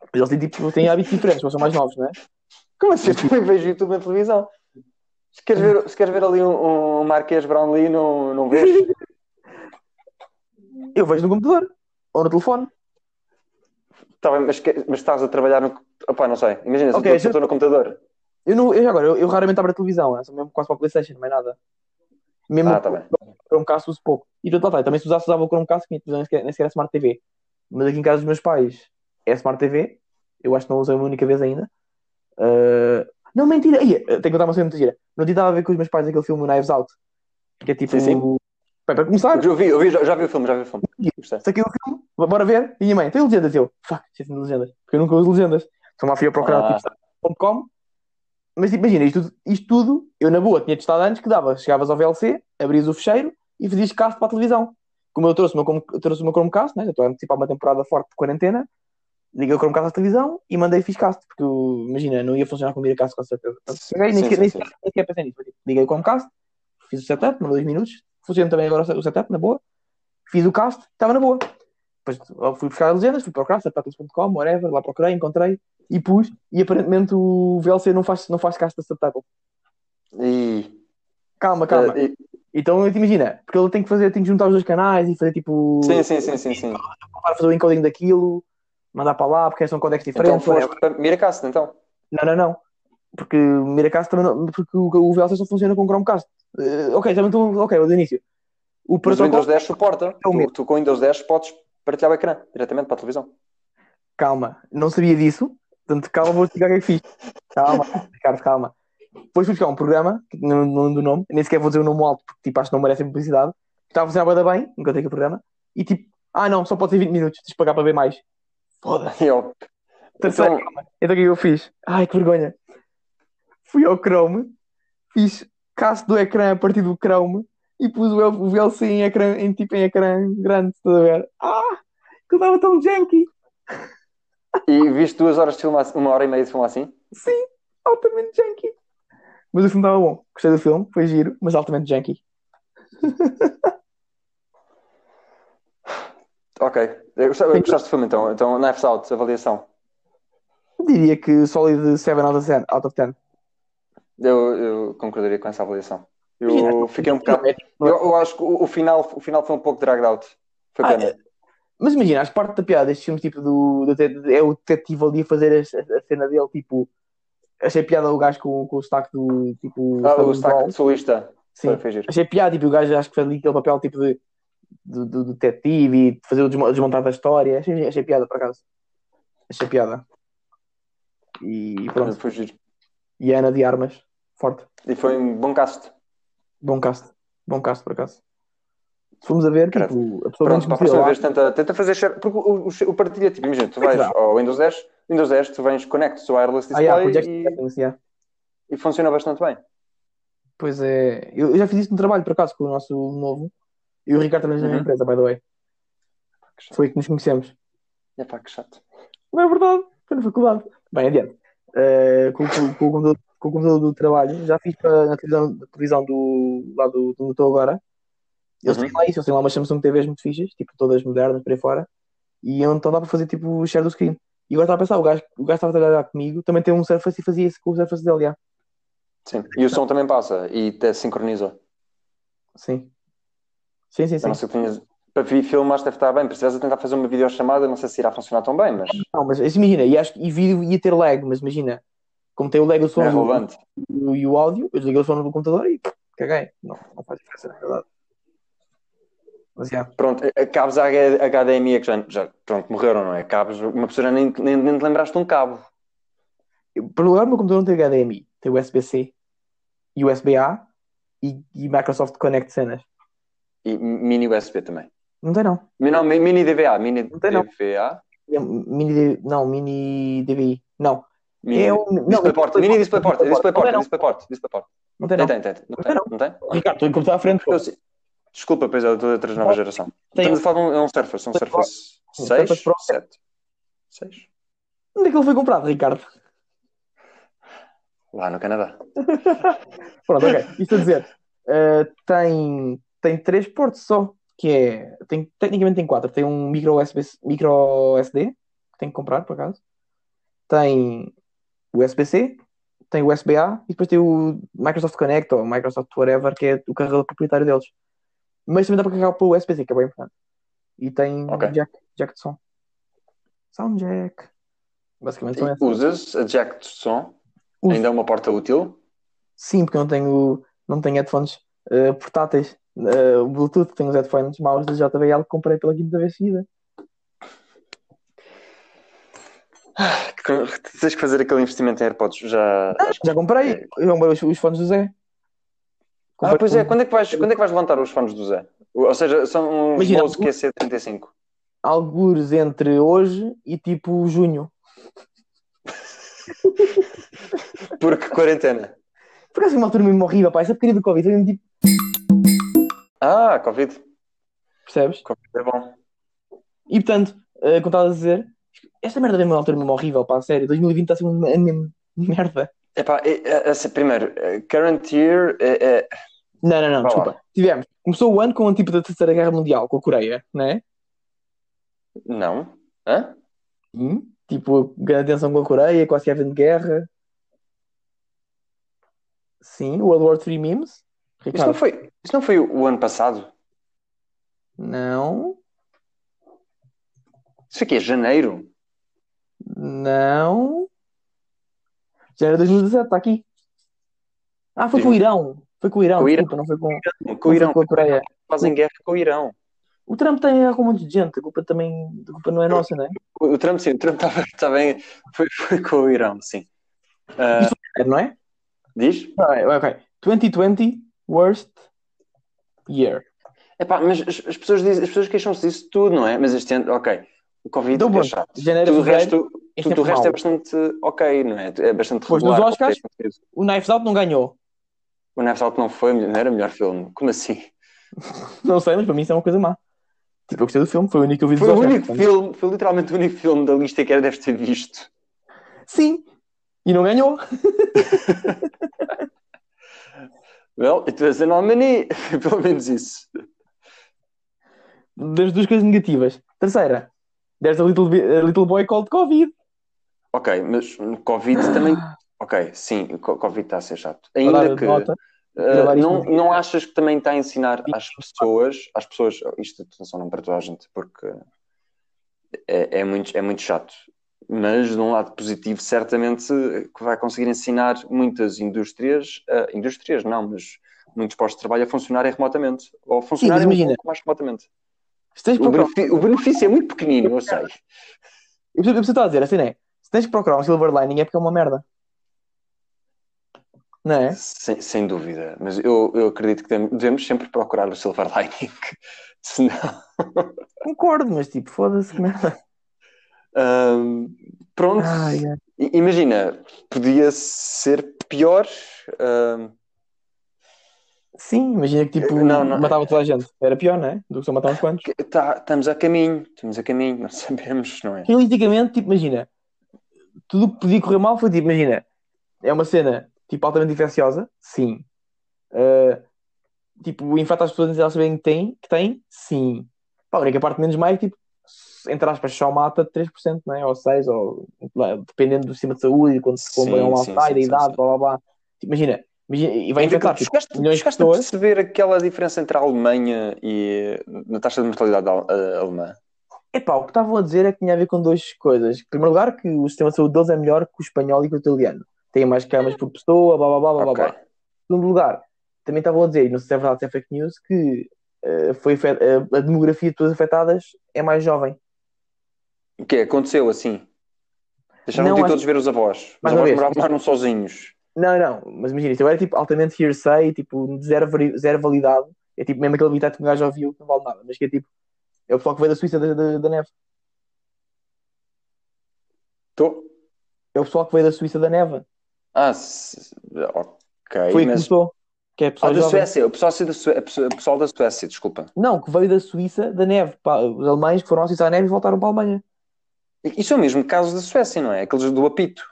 Mas eles têm, tipo, têm hábitos diferentes, mas são mais novos, não é?
Como assim? Eu também vejo YouTube na televisão. Se queres ver, se queres ver ali um, um Marquês Brownlee, não, não vês?
Eu vejo no computador ou no telefone.
Tá bem, mas, que- mas estás a trabalhar no. Opá, não sei. Imagina, se
Ok,
eu
já-
estou no computador.
Eu, não, eu já agora, eu, eu raramente abro a televisão, é só mesmo quase para o PlayStation, mais nada. Mesmo
Ah, tá bem.
o Chromecast uso pouco. E do tá, também se usasse usava o Chromecast, que nem sequer, nem sequer é Smart TV. Mas aqui em casa dos meus pais é Smart TV, eu acho que não usei uma única vez ainda. Ah, não, mentira, Ia, tenho que contar uma cena muito gira. No dia estava a ver com os meus pais aquele filme Knives Out, que é tipo.
Sim, sim.
Bem, para começar,
Ah, Eu vi, eu vi, já, já vi o filme, já vi o filme. Gostei.
Está aqui é o filme, bora ver. E minha mãe, tem legendas? Eu, fuck, esqueci de legendas, porque eu nunca uso legendas. Então lá fui eu procurar
Ah.
tipo star.com. Mas tipo, imagina, isto, tudo- isto tudo, eu na boa tinha testado antes que dava, chegavas ao VLC, abrias o fecheiro e fazias cast para a televisão. Como eu trouxe o meu, com- eu trouxe o meu Chromecast, né? já estou a antecipar uma temporada forte de quarentena, liguei o Chromecast à televisão e mandei e fiz cast, porque eu- imagina, não ia funcionar com o Miracast com certeza. Portanto,
Sim,
peguei, nem
sim,
sequer- nem
sim,
sequer nem sequer pensei nisso. mas, tipo, Liguei o Chromecast, fiz o setup, demorou dois minutos, funciona também agora o setup, na boa fiz o cast, estava na boa. Depois fui buscar legendas, fui procurar, subtitles.com, whatever, lá procurei, encontrei e pus. E aparentemente o VLC não faz, não faz cast da subtitle.
E, eh,
Calma, calma.
e-
Então eu te imagina, porque ele tem que fazer, tem que juntar os dois canais e fazer tipo.
sim, sim, sim, sim, sim.
Para fazer o encoding daquilo, mandar para lá, porque é são códigos
Então
diferentes.
foste para Miracast, então.
Não, não, não. Porque o Miracast também não, porque o, o VLC só funciona com o Chromecast. Eh, ok, já me estou. Ok, vou do início. O
Mas o
protocolo.
Windows 10 suporta.
é o
Tu,
mesmo.
tu com o Windows 10 podes partilhar o ecrã diretamente para a televisão.
Calma, não sabia disso. Portanto, calma, vou explicar o que é que fiz. Calma, Ricardo, calma. Depois fui buscar um programa, que não não lembro do nome, nem sequer vou dizer o nome alto, porque tipo, acho que não merece publicidade. Estava a funcionar bué da bem, encontrei aqui o programa, e tipo, ah não, só pode ser 20 minutos, tens de pagar para ver mais. Foda-se.
E eu,
Terceiro,
então,
Então o que é que eu fiz? Ai, que vergonha. Fui ao Chrome, fiz caço do ecrã a partir do Chrome e pus o, o VLC em ecrã, em, tipo, em ecrã grande, estás a ver? Ah, que eu estava tão janky.
e viste duas horas de filme, assim- uma hora e meia de filme assim?
Sim, altamente janky. Mas o filme estava bom. Gostei do filme, foi giro, mas altamente janky.
Ok. Eu gostava-
Sim.
Gostaste do filme então? Então, Knives Out, avaliação.
Diria que sólido 7 out of 10. Out of 10.
Eu, eu concordaria com essa avaliação. Eu
Imagina.
fiquei um bocado. Eu, eu acho que o, o final, o final foi um pouco dragged out. Foi
Ah,
pena.
Mas imagina, acho que parte da piada destes filmes, tipo, do, do det- é o detetive ali a fazer as- a, a cena dele, tipo, achei piada o gajo com, com o sotaque do, tipo,
Ah,
Southern
o destaque
Drawl.
solista. Foi,
Sim.
foi giro.
Achei piada, tipo, o gajo acho que fez ali aquele papel, tipo, de, do, do detetive e de fazer o desmo- desmontar da história. Achei, achei piada, por acaso. Achei piada. E pronto.
Foi giro.
E a Ana de Armas, forte.
E foi um bom cast.
Bom cast. Bom cast, por acaso. se formos a ver,
Caralho.
tipo, a pessoa
Pronto, para a
menos conhecida
próxima
lá-
vez tenta, tenta fazer share. Porque o, o, o partilha, tipo, imagina, tu
É que
vais
dá.
ao Windows 10, Windows 10, tu vens, conectas o wireless
Ah,
display
yeah, com o Jack
e,
Nicholson, yeah.
e funciona bastante bem.
Pois é, eu, eu já fiz isso no trabalho, por acaso, com o nosso novo. E o Ricardo também na
Uhum.
minha empresa, by the way.
Que chato.
Foi aí que nos conhecemos.
É pá, que chato.
Não é verdade, foi na faculdade. Bem, adiante. Eh, com, com- com o computador, com o computador do trabalho, já fiz para, na televisão, na televisão do, lá do, onde estou agora. Eles
Uhum.
têm lá isso, eles têm lá umas Samsung TVs muito fixas, tipo todas modernas, por aí fora. E então dá para fazer tipo share do screen. E agora estava a pensar, o gajo, o gajo estava a trabalhar comigo, também tem um Surface e fazia isso com o Surface dele, já.
Sim. E o som também passa e até sincroniza.
Sim. Sim, sim,
A
sim.
não ser que tenhas. Para vi- filmes deve estar bem. Precisas tentar fazer uma videochamada, não sei se irá funcionar tão bem, mas
Não, mas isso imagina, e, acho, que- e vídeo ia ter lag, mas imagina, como tem o lag do som
é
e o-
relevante.
o- e o áudio, eu desliguei o som do computador e pff, caguei. Não, não faz diferença, na verdade. Mas já.
Pronto, eh, cabos à H- HDMI que já, já pronto, morreram, não é? Cabos, uma pessoa já nem, nem, nem te lembraste de um cabo.
Eu, Para lugar, o meu computador não tem HDMI, tem USB-C, USB-A e, e Microsoft Connect cenas.
E mini USB também.
Não tem, não.
Não, mi- mini DVA, mini
Não tem, não.
DVA.
É um Mini, D- não, mini DVI. Não.
Mini,
É um. Não,
DisplayPort, mini DisplayPort, DisplayPort,
Não,
DisplayPort, DisplayPort.
não tem, não.
Tem,
Não tem,
tem, tem. Não
Não tem,
tem, não tem?
não. Ricardo, estou a computador à frente. pô.
Eu sei. Desculpa, pois é, estou atrás da nova geração.
Tem-
Estamos a falar de um, é um Surface, um
Surface Pro.
Surface
Um
6,
Surface Pro.
7, 6,
Onde é que ele foi comprado, Ricardo?
lá no Canadá.
Pronto, ok. Isto a dizer, eh, tem, tem três portos só, que é, tem, tecnicamente tem quatro. Tem um micro USB, micro SD, que tem que comprar, por acaso. Tem o USB-C, tem o USB-A e depois tem o Microsoft Connect ou Microsoft whatever, que é o carregador proprietário deles. Mas também dá para carregar pelo USB-C, que é bem importante. E tem
Ok.
jack, jack de som. Soundjack. Basicamente são essas.
Usas a jack de som,
Uso.
ainda é uma porta útil.
Sim, porque eu não tenho, não tenho headphones eh, portáteis. eh, Bluetooth, tenho os headphones maus da JBL que comprei pela quinta vez seguida.
Que- Tens que fazer aquele investimento em AirPods, já...
Já comprei, eu comprei os, os fones do Zé.
Ah,
Comprei
pois
um-
é, quando é que vais, quando é que vais levantar os fones do Zé? Ou seja, são um uns
Imagina,
Bose QC35.
algures entre hoje e tipo junho.
Porque quarentena.
Por acaso foi uma altura mesmo horrível, pá, essa porcaria do Covid, foi mesmo tipo,
Ah, Covid.
percebes?
Covid é bom.
E portanto, eh, como estava a dizer, esta merda é uma altura mesmo horrível, pá, a sério, 2020 está a ser uma mesmo merda.
Epá, é, é, é, assim, primeiro, é, current year é, é-
Não, não, não,
Vá lá.
desculpa. Tivemos, começou o ano com um tipo da Terceira Guerra Mundial, com a Coreia, não é?
Não? Hã?
Sim. Tipo, grande tensão com a Coreia, quase que havendo guerra. Sim, World War III memes.
Isso não
Ricardo,
foi, isso não foi o ano passado?
não,
Isso aqui é janeiro?
não. Já era 2017, está tá aqui. Ah, foi com o Irão. Foi com o Irão,
Com o Irão.
desculpa, não foi com,
Com o
não foi
Irão.
com a Coreia.
Fazem guerra com o Irão.
O Trump tem guerra com um monte de gente, a culpa também, a culpa não é nossa, não é?
O, o Trump, sim, o Trump estava estava em- Foi, foi com o Irão, sim. Ah,
É, Não é?
diz?
Não, é, ok. 2020, worst year.
Epá, mas as, as pessoas dizem, as pessoas queixam-se disso tudo, não é? Mas este ano, ok. O Covid
Então,
é
bom,
chato.
Janeiro,
Tudo o
fevereiro,
resto,
este
tudo o
é
resto é
mau.
bastante ok, não é? É bastante
Pois,
regular.
nos Oscars? O Knives Out não ganhou.
O Knives Out não foi, não era o melhor filme. Como assim?
Não sei, mas para mim isso é uma coisa má. Tipo, eu gostei do filme, foi o único que eu vi dos
Foi o
Oscars,
único
portanto.
filme, foi literalmente o único filme da lista que era deves ter visto.
Sim, e não ganhou.
Well, it was an nominee, pelo menos isso.
Das duas coisas negativas. Terceira, there's a little, bi- a little boy called Covid.
Ok, mas no Covid também. Ok, sim, o co- Covid está a ser chato.
Para dar
Ainda
a
que.
nota,
Uh,
isto
não,
no-
não achas que também está a ensinar às pessoas, às pessoas, isto é atenção não para toda a gente, porque é, é muito, é muito chato, mas de um lado positivo, certamente que vai conseguir ensinar muitas indústrias, uh, indústrias não, mas muitos postos de trabalho a funcionarem remotamente, ou a funcionarem um
imagina. Então,
pouco mais remotamente.
se tens que
O
procurar, eu
benefício, o benefício é muito pequenino, eu sei.
percebo o que você está a dizer, assim é, se tens que procurar um silver lining é porque é uma merda. não é?
Sem, sem dúvida, mas eu, eu acredito que tem- devemos sempre procurar o Silver Lining, senão.
Concordo, mas tipo, foda-se que merda.
Ahm, pronto,
Ai, ai.
I- imagina, podia ser pior. ahm,
Sim, imagina que tipo,
Não, não.
matava toda a gente. Era pior, não é? Do que só matar uns quantos.
que- tá- estamos a caminho, estamos a caminho, não sabemos, não é?
Realisticamente, tipo, imagina, tudo o que podia correr mal foi tipo, imagina, é uma cena tipo altamente infecciosa, sim. Ah, tipo, infecta as pessoas antes de elas saberem que tem, que tem, sim. Pá, a única parte menos mais, tipo, entre aspas, só mata 3%, né? ou 6%, ou lá, dependendo do sistema de saúde, quando se
Sim,
compra um Alzheimer,
sim,
da
sim, sim,
idade,
sim. É
blá blá blá. Tipo, imagina, imagina, e vai
Ainda que
infectar tipo,
chegaste,
milhões de
chegaste a
pessoas.
perceber aquela diferença entre a Alemanha e na taxa de mortalidade al- eh, alemã.
Epá, o que estavam a dizer é que tinha a ver com duas coisas. Em primeiro lugar, que o sistema de saúde deles é melhor que o espanhol e que o italiano. Tem mais camas por pessoa, blá blá blá blá blá,
Ok.
blá. Em segundo lugar, também estavam a dizer, e não sei se é verdade, se é fake news, que eh, foi afe- eh, a demografia de pessoas afetadas é mais jovem.
O que aconteceu assim? Deixaram
Não,
de
acho-
todos ver os avós. Os
Mais uma
avós
vez.
moravam- moraram sozinhos.
Não, não, mas imagina, isto agora é tipo altamente hearsay, tipo de zero, veri- zero validade. É tipo mesmo aquele ditado que um gajo ouviu que não vale nada, mas que é tipo, é o pessoal que veio da Suíça da, da, da neve.
Tô...
É o pessoal que veio da Suíça da neve.
Ah, se- ok.
Foi aí que
mas...
começou. Que é pessoal
É Ah, da
jovem.
Suécia, o pessoal, da Sué- o pessoal da Suécia, desculpa.
Não, que veio da Suíça, da neve. Pá, os alemães que foram à Suíça à neve e voltaram para a Alemanha.
Isso é o mesmo caso da Suécia, não é? Aqueles do apito.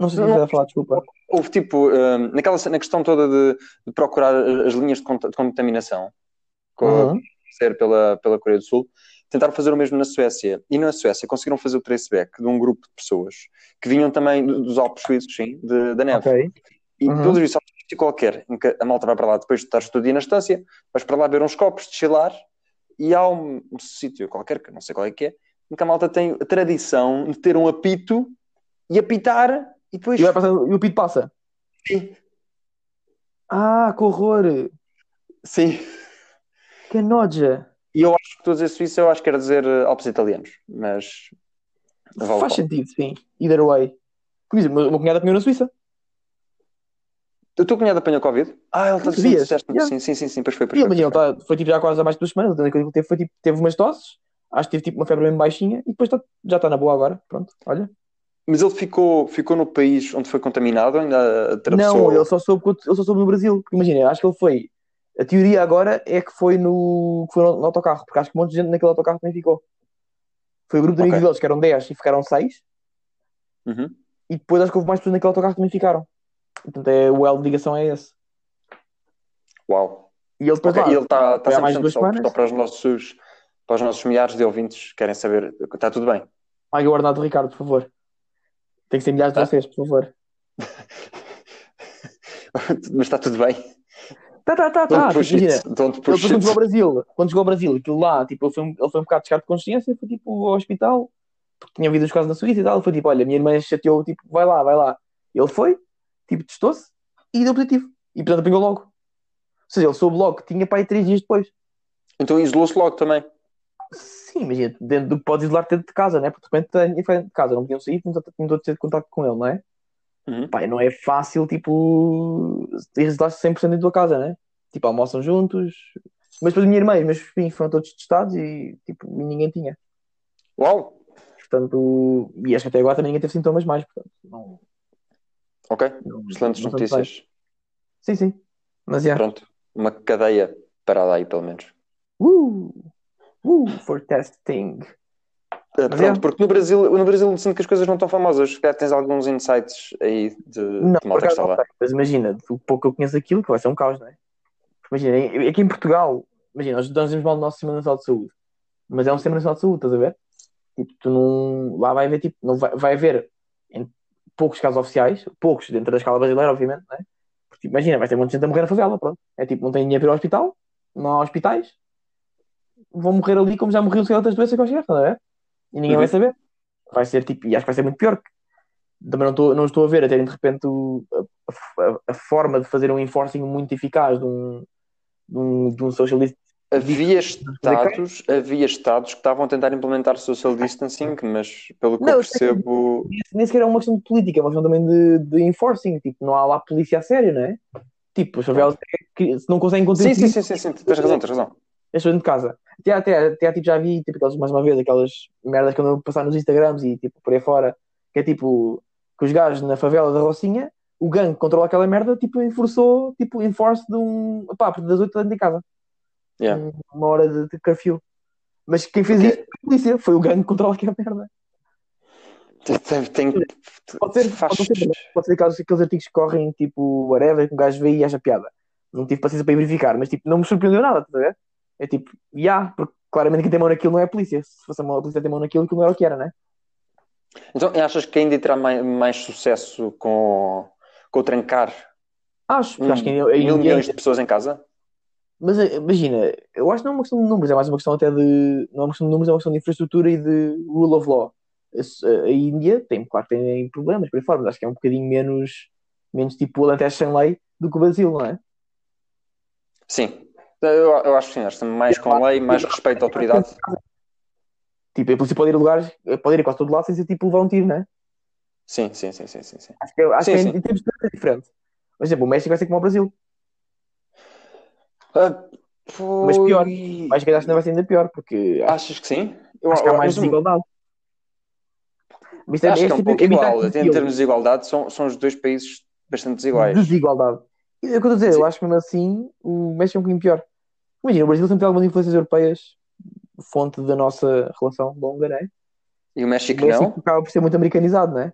Não sei se me
Não.
estás a falar, desculpa.
Houve tipo, hum, naquela, na questão toda de, de procurar as linhas de, cont- de contaminação com,
Uhum.
ser pela, pela Coreia do Sul, tentaram fazer o mesmo na Suécia. E na Suécia conseguiram fazer o traceback de um grupo de pessoas que vinham também do- dos Alpes suíços, sim, de- da neve.
Ok.
E
Uhum.
todos isso, há um sítio qualquer, em que a malta vai para lá depois de estar estudando na estância, vais para lá ver uns copos, chilar, e há um, um sítio qualquer, que eu não sei qual é que é, em que a malta tem a tradição de ter um apito e apitar, e depois
E, vai passando, e o Pito passa.
Sim.
Ah, que horror!
Sim.
Que noja!
E eu acho que estou a dizer Suíça, eu acho que era dizer eh, Alpes italianos, mas vale
Faz
qual.
sentido, sim. Either way. Por exemplo, uma cunhada comeu na Suíça.
O teu cunhado apanhou Covid? Ah, ele está
Muitos
sim,
dias.
disseste-
Yeah.
Sim, sim, sim, sim, pois foi, pois
E ele,
foi,
Daniel,
pois foi.
tá, foi tipo já quase há mais de duas semanas. Então, aquilo que teve foi tipo, teve umas tosses. Acho que teve tipo uma febre bem baixinha e depois tá- já está na boa agora. Pronto, olha.
Mas ele ficou, ficou no país onde foi contaminado, ainda eh, atravessou.
Não, ele só soube, quando- ele só soube no Brasil. Porque imagina, acho que ele foi. A teoria agora é que foi no, que foi no, no autocarro, porque acho que um monte de gente naquele autocarro também ficou. Foi o grupo de amigos
Ok.
deles que eram 10 e ficaram 6,
Uhum.
e depois acho que houve mais pessoas naquele autocarro que também ficaram. Portanto, é, o L de ligação é esse.
Uau.
E ele depois
Ok,
lá,
e ele tá- está
foi há mais de
sempre
duas
só,
semanas.
só para os nossos para os nossos milhares de ouvintes que querem saber. Está tudo bem.
Paga o ordenado do Ricardo, por favor. Tem que ser milhares de
Tá.
vocês, por favor.
Mas está tudo bem.
Tá, tá, tá, tá. Tipo,
Don't push
imagina,
it. Don't
ele depois quando
push
chegou ao
it.
Brasil, quando chegou ao Brasil, aquilo lá, tipo, ele foi, um- ele foi um bocado descarto de consciência, foi tipo ao hospital, porque tinha havido os casos na Suíça e tal, ele foi tipo, olha, minha irmã chateou, tipo, vai lá, vai lá. Ele foi, tipo, testou-se e deu positivo. E portanto pegou logo. Ou seja, ele soube logo que tinha para aí três dias depois.
Então isolou-se logo também.
Sim, imagina, dentro do que podes isolar dentro de casa, né? Porque de repente tem em frente de casa, não podiam sair, tinham de- tinham de ter contato com ele, não é?
Uhum.
Pá, e não é fácil, tipo, isolar-se 100% dentro da tua casa, né? Tipo, almoçam juntos. Mas depois a minha irmã e os meus filhos foram todos testados e, tipo, ninguém tinha.
Uau!
Portanto, e acho que até agora também ninguém teve sintomas mais, portanto, não,
Ok.
não,
Excelentes
não tanto bem.
notícias.
Sim, sim. Mas já.
Pronto. Uma cadeia parada aí, pelo menos.
Uh, uh, for testing.
Ah,
Mas
Pronto,
é.
porque no Brasil, no Brasil sinto que as coisas não estão famosas. Se calhar tens alguns insights aí de,
Não,
de
por
malta que
acaso
está
não
lá.
sei. Mas imagina, do pouco que eu conheço aquilo, que vai ser um caos, não é? Porque Imagina, aqui em Portugal, imagina, nós nós dizemos mal do nosso Sistema Nacional de Saúde, mas é um Sistema Nacional de Saúde, estás a ver? Tipo, tu não. Lá vai haver, tipo, não vai, vai haver em poucos casos oficiais, poucos dentro da escala brasileira, obviamente, não é? Porque, tipo, imagina, vai ter muita gente a morrer na favela, pronto. É tipo, não tem dinheiro para ir ao hospital, não há hospitais, vão morrer ali como já morriam se calhar, outras doenças que chegaram, estás a ver? E ninguém
Uhum.
vai saber. Vai ser tipo, e acho que vai ser muito pior. Também não estou, não estou a ver até de repente o- a, a- a forma de fazer um enforcing muito eficaz de um, de um, de um socialist
Havia estados, havia estados que estavam a tentar implementar social distancing, mas pelo que
Não,
eu
eu sei que-
percebo,
Nem- Nem sequer é uma questão de política, é uma questão também de, de enforcing. Tipo, não há lá polícia a sério, não é? Tipo, as favelas é que- se não conseguem
sim,
conter
sim, sim, sim, sim, tens razão, tens razão.
as pessoas de casa. Até, até, até tipo, já vi, tipo, aquelas, mais uma vez, aquelas merdas que andam a passar nos Instagrams e tipo, por aí fora, que é tipo, que os gajos na favela da Rocinha, o gangue que controla aquela merda, tipo, enforçou, tipo, enforce de um. pá, das 8 dentro de casa.
Yeah.
Um- Uma hora de, de curfew. Mas quem fez
Porque-
isso foi a polícia, foi o gangue que controla aquela merda.
Tem, tem,
Pode ser,
faz-
pode ser, pode ser aqueles, aqueles artigos que correm, tipo, whatever, que um gajo vê e acha piada. Não tive paciência para ir verificar, mas tipo, não me surpreendeu nada, estás a ver? É tipo, já, porque claramente quem tem mão naquilo não é a polícia. Se fosse a, mão, a polícia tem mão naquilo, aquilo não era o que era, né?
Então, achas que ainda terá mai- mais, sucesso com, com o trancar
Acho, porque
Hum,
acho que ainda- ainda-
mil milhões de pessoas em casa?
Mas eh, imagina, eu acho que não é uma questão de números, é mais uma questão até de. Não é uma questão de números, é uma questão de infraestrutura e de rule of law. eh, A, S- a Índia tem, claro, que tem problemas, por aí fora, mas acho que é um bocadinho menos, menos tipo o Alentejo sem lei do que o Brasil, não é?
Sim, eu, eu acho que sim, acho que mais com a lei, mais respeito à autoridade.
Tipo, a polícia pode ir a lugares, pode ir a quase todo lado sem ser tipo levar um tiro, né?
Sim, sim, sim, sim, sim, sim.
Acho que, acho
Sim,
que
sim.
em, em termos de segurança é diferente. Por exemplo, o México vai ser como o Brasil.
Ah,
Mas pior,
pois-
Mas que acho que não vai ser ainda pior, porque acho,
Achas que sim? Eu,
acho que há
eu-
mais
mas eu-
desigualdade. Mas isto
acho que
este
é um pouco
tipo- isto é
igual. Em
tipo
termos de igualdade, são, são os dois países bastante
Uhum.
desiguais.
Desigualdade. E é o que eu estou a dizer,
Sim.
eu acho que mesmo assim o México é um bocadinho pior. Imagina, o Brasil sempre tem algumas influências europeias, fonte da nossa relação longa, né?
E o
O
México não?
México é assim acaba por ser muito americanizado, né?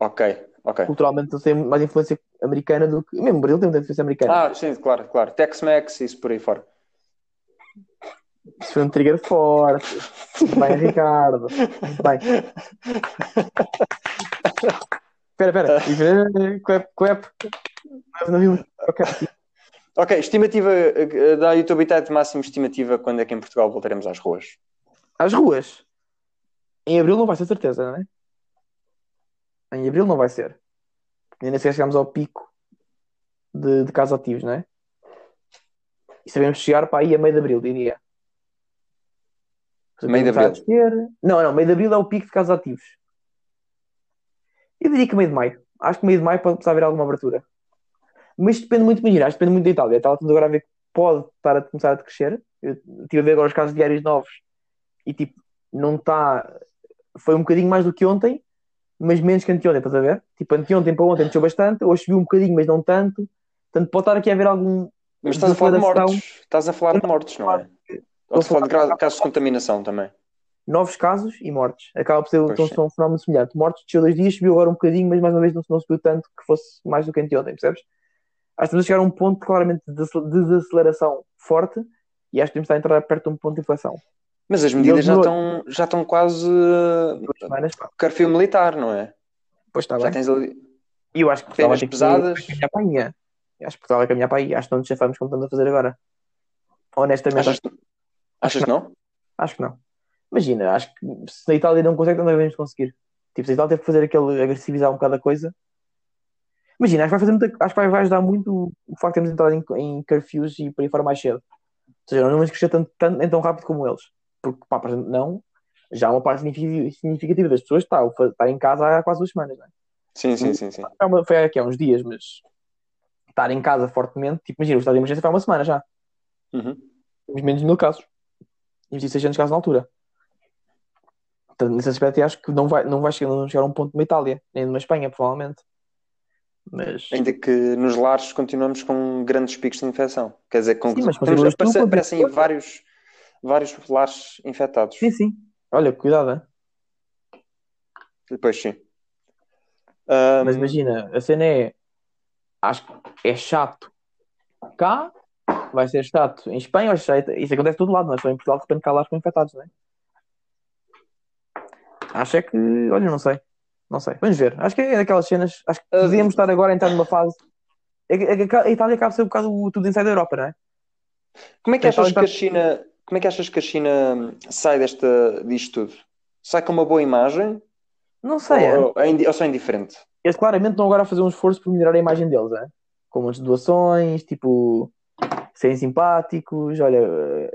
Ok, ok.
Culturalmente tem mais influência americana do que. Mesmo o Brasil tem muita influência americana.
Ah, sim, claro, claro. Tex-Mex, isso por aí fora.
Isso foi um trigger forte. Muito bem, Ricardo. Muito bem. Espera, espera. E vê- é, Clap, clap. Mas não vimos. Ok.
Ok, estimativa eh, da YouTube Tat máxima estimativa quando é que em Portugal voltaremos às ruas?
Às ruas. Em abril não vai ser certeza, não é? Em abril não vai ser. Ainda nem sequer chegámos ao pico de, de casos ativos, não é? E sabemos chegar para aí a meio de abril, diria.
Meio de
Começar a descer. Não, não, meio de abril é o pico de casos ativos. Eu diria que meio de maio. Acho que meio de maio pode começar a haver alguma abertura. Mas depende muito, imagina, acho que depende muito da Itália. A Itália estamos agora a ver que pode estar a começar a crescer. Eu estive a ver agora os casos diários novos e tipo, não está. Foi um bocadinho mais do que ontem, mas menos que anteontem, estás a ver? Tipo, anteontem para ontem desceu bastante, hoje subiu um bocadinho, mas não tanto. Portanto, pode estar aqui a haver algum.
Mas estás a falar de
Declaração.
mortos. Estás a falar de mortos, não é? Ou se falar de gra- casos de contaminação também.
novos casos e mortes. Acaba por ser
Pois
então,
sim.
são um fenómeno semelhante. Mortes desceu dois dias, subiu agora um bocadinho, mas mais uma vez não, não subiu tanto que fosse mais do que anteontem, percebes? Acho que estamos a chegar a um ponto claramente de desacel- desaceleração forte e acho que temos de estar a entrar perto de um ponto de inflação.
Mas as
E
medidas
eles
já
no-
estão, já estão quase. eh,
Duas semanas, pá,
Carfio militar, não é?
pois está
Já
Tá bem.
tens ali
E eu acho que Portugal vai
penas
ter que
pesadas.
caminhar para aí. é. Eu Acho que Portugal vai caminhar para aí. Acho que não nos chafamos como estamos a fazer agora. Honestamente,
Achas,
acho,
achas que não?
acho que não. Imagina, acho que se a Itália não consegue, não devemos conseguir. Tipo, se a Itália teve que fazer aquele agressivizar um bocado a coisa. Imagina, acho que vai, fazer muita, acho que vai, vai ajudar muito o facto de termos entrado em, em curfews e por aí fora mais cedo. Ou seja, não vamos crescer tanto, tanto, nem tão rápido como eles. Porque, pá, por exemplo, não. Já uma parte signifi- significativa das pessoas está, está em casa há quase duas semanas, não é?
Sim, sim, sim, sim.
Foi uma- foi aqui há uns dias, mas estar em casa fortemente, tipo, imagina, o estado de emergência foi há uma semana já.
Uhum.
Temos menos de mil casos. Temos 600 casos na altura. Portanto, nesse aspecto, eu acho que não vai, não vai chegar, não vamos chegar a um ponto de uma Itália, nem de uma Espanha, provavelmente. Mas.
Ainda que nos lares continuamos com grandes picos de infecção. Quer dizer, com,
Sim, mas
temos-
continuas tu
aparece-
com-
aparecem vários, vários lares infectados.
Sim, sim. Olha, cuidado, hein?
Depois sim. Ahm,
Mas imagina, a cena é. Acho que é chato cá, vai ser chato em Espanha, ou seja, isso acontece de todo lado, não é? Só em Portugal, de repente, cá lá ficam infectados, não é? Acho é que. Olha, não sei. Não sei. Vamos ver. Acho que é daquelas cenas. Acho que
Ah,
podíamos estar agora a entrar numa fase. é que- é que A Itália acaba de ser um bocado o tudo inside da Europa, não é?
como é que
então
achas
está-
que a China, como é que achas que a China hum, sai desta disto tudo? Sai com uma boa imagem
Não sei. é.
ou, ou é indi- ou só indiferente?
Eles né? claramente estão agora a fazer um esforço por melhorar a imagem deles, é? Com um monte de doações, tipo. serem simpáticos. Olha,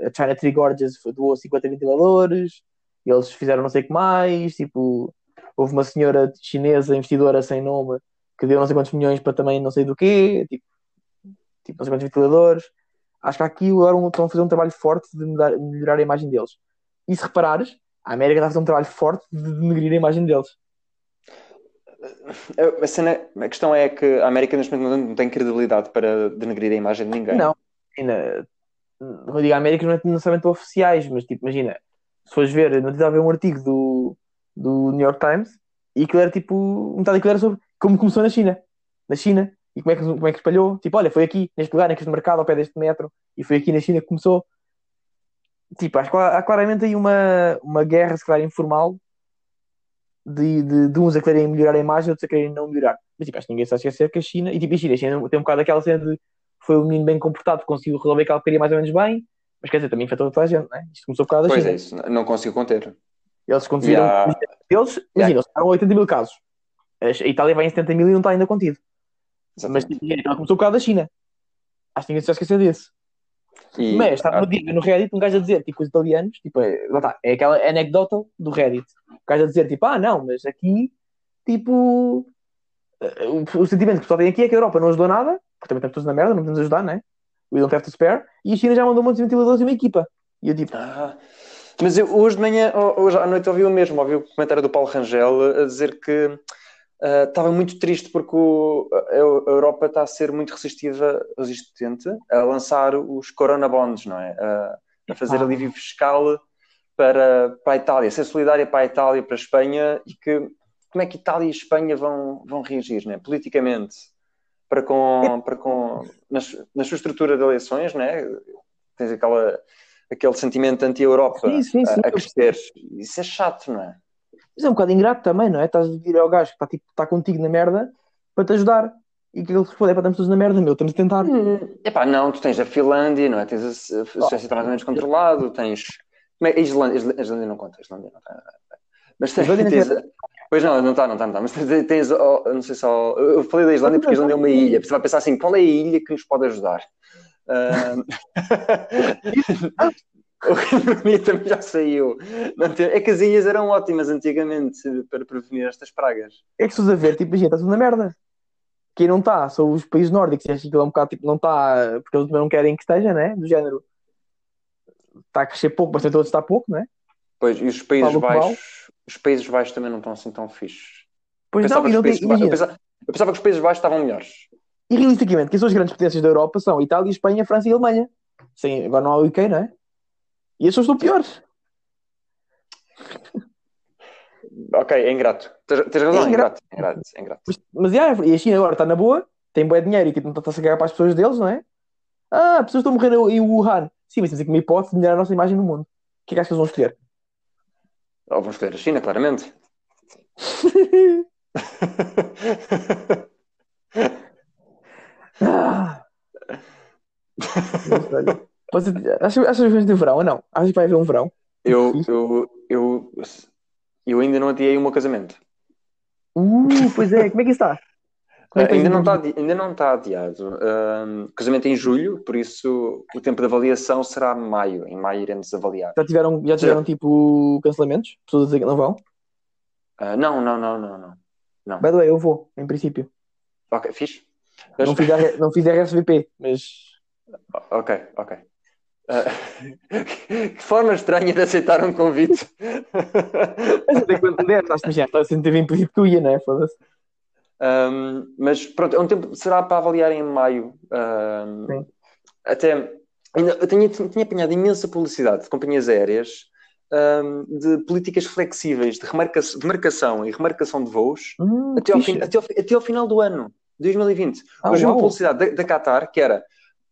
a China Tree Gorgeous doou 50 ventiladores, eles fizeram não sei o que mais. Tipo, houve uma senhora chinesa, investidora sem nome, que deu não sei quantos milhões para também não sei do quê, tipo, tipo não sei quantos ventiladores. Acho que aqui agora estão a fazer um trabalho forte de mudar- melhorar a imagem deles. E se reparares, a América está a fazer um trabalho forte de denegrir a imagem deles.
A, a cena- a questão é que a América neste momento não- não tem credibilidade para denegrir a imagem de ninguém.
Não. Imagina, eu digo a América não é necessariamente oficiais, mas tipo, imagina, se fores ver, não estava a ver um artigo do, do New York Times e aquilo era tipo, metade daquilo era sobre como começou na China, na China, e como é que, como é que espalhou, tipo, olha, foi aqui, neste lugar, naquele mercado, ao pé deste metro, e foi aqui na China que começou. Tipo, acho que há, há claramente aí uma, uma guerra, se calhar, informal de, de, de uns a quererem melhorar a imagem, outros a quererem não melhorar. Mas tipo, acho que ninguém se vai esquecer que a China, e tipo, a China, a China tem um bocado aquela cena de foi um menino bem comportado, conseguiu resolver aquilo que queria mais ou menos bem, mas quer dizer, também afetou toda a gente, né? Isto começou por causa da
Pois
China.
é, isso. n- Não consigo conter.
Eles
E
conduziram.
há-
Eles, imagina, eles ficaram 80 mil casos. A Itália vai em 70 mil e não está ainda contido. Mas
Exatamente.
tipo, imagina, ela começou por causa da China. Acho que ninguém se vai esquecer disso.
E-
Mas estava no, dia- no Reddit um gajo a dizer, tipo, os italianos, tipo, é, lá está, é aquela anedota do Reddit. O gajo a dizer, tipo, ah, não, mas aqui, tipo, eh, o, o sentimento que o pessoal tem aqui é que a Europa não ajudou nada, porque também estamos todos na merda, não podemos ajudar, né? We don't have to spare. E a China já mandou um monte de ventiladores e uma equipa. E eu, tipo,
Ah, mas eu hoje de manhã, ho- hoje à noite, ouvi o mesmo. Ouvi o comentário do Paulo Rangel eh, a dizer que ah, estava muito triste porque o- a, a Europa está a ser muito resistiva, resistente a lançar os Corona Bonds, não é? A, a fazer
Ah.
alívio fiscal para, para a Itália, ser solidária para a Itália, para a Espanha e que como é que Itália e Espanha vão, vão reagir, né? Politicamente para
É.
com, para com nas, na sua estrutura de eleições, né? Tens aquela aquele sentimento anti-Europa
sim, sim, sim.
a, a crescer. Isso é chato, não é?
Mas é um bocado ingrato também, não é? Estás a vir ao gajo que está tipo, está contigo na merda para te ajudar. E que ele responde: é para estamos todos na merda, meu, estamos a tentar.
Hum. Uhum. Epá, não, tu tens a Finlândia, não é? Tens a, a Suécia está mais ou menos controlado, tens. como é- A Islândia, a Islândia- a Islândia não conta, a Islândia não está. Mas tens.
Islândia nem
tens a- pois não, não está, não está, não está. Mas tens, tens ó, não sei só. Eu falei da Islândia porque a Islândia é uma ilha. Você vai pensar assim, qual é a ilha que nos pode ajudar? Ah, o Reino Unido também já saiu. Não tem- É que as ilhas eram ótimas antigamente para prevenir estas pragas.
É que se estás a ver, tipo, imagina, está tudo na merda. Quem não está são os países nórdicos. E acho que aquilo é um bocado tipo, não está, porque eles também não querem que esteja, né? Do género. Está a crescer pouco, mas tem todos está pouco, né?
Pois, e os Países
Paulo Cabral?
Baixos, os Países Baixos também não estão assim tão fixes.
Pois
pensava,
não, e
que
não
os
tem.
países ba- eu,
Imagina.
pensava, eu pensava que os Países Baixos estavam melhores.
E realisticamente, quem são as grandes potências da Europa são Itália, Espanha, França e Alemanha. Sim, agora não há o UK, não é? E esses são os do piores.
Ok, é ingrato. Tens, tens razão,
É
é ingrato. É ingrato, é ingrato.
Mas, mas yeah, e a China agora está na boa, tem bué dinheiro e tipo, não está-se a cagar para as pessoas deles, não é? Ah, pessoas estão a morrer em Wuhan. Sim, mas temos aqui uma hipótese de melhorar a nossa imagem no mundo. O que é que achas que eles vão escolher?
Ou vamos escolher a China, claramente.
Ah. Não sei. Você, achas, achas que vai ter verão ou não? Achas que vai haver um verão?
eu, eu, eu, eu ainda não adiei o meu casamento.
Uh, pois é, como é que isso está? Como é que
Ah, ainda, não
está
está, adi- ainda não está adiado. Ahm, o casamento é em julho, por isso o tempo de avaliação será em maio. Em maio iremos avaliar.
Já tiveram, já tiveram tipo cancelamentos? Pessoas a dizer que não vão?
Ah, não, não, não, não, não.
By the way, eu vou, em princípio.
Ok, fixe?
Não fiz, R- não fiz RSVP, mas
Ok, ok. Ah, que forma estranha de aceitar um convite.
Mas até quando puder, estás me já, estás a sentir impedido que eu ia, não é? Foda-se.
Ahm, mas pronto, é um tempo, será para avaliar em maio. Ahm,
Sim.
até ainda, eu tinha, tinha apanhado imensa publicidade de companhias aéreas ahm, de políticas flexíveis de, remarca, de marcação e remarcação de voos
Hum,
até ao,
fixe.
fin- até ao fi- até ao final do ano, 2020.
Ah,
Hoje vi uma
uau.
publicidade da, da Qatar que era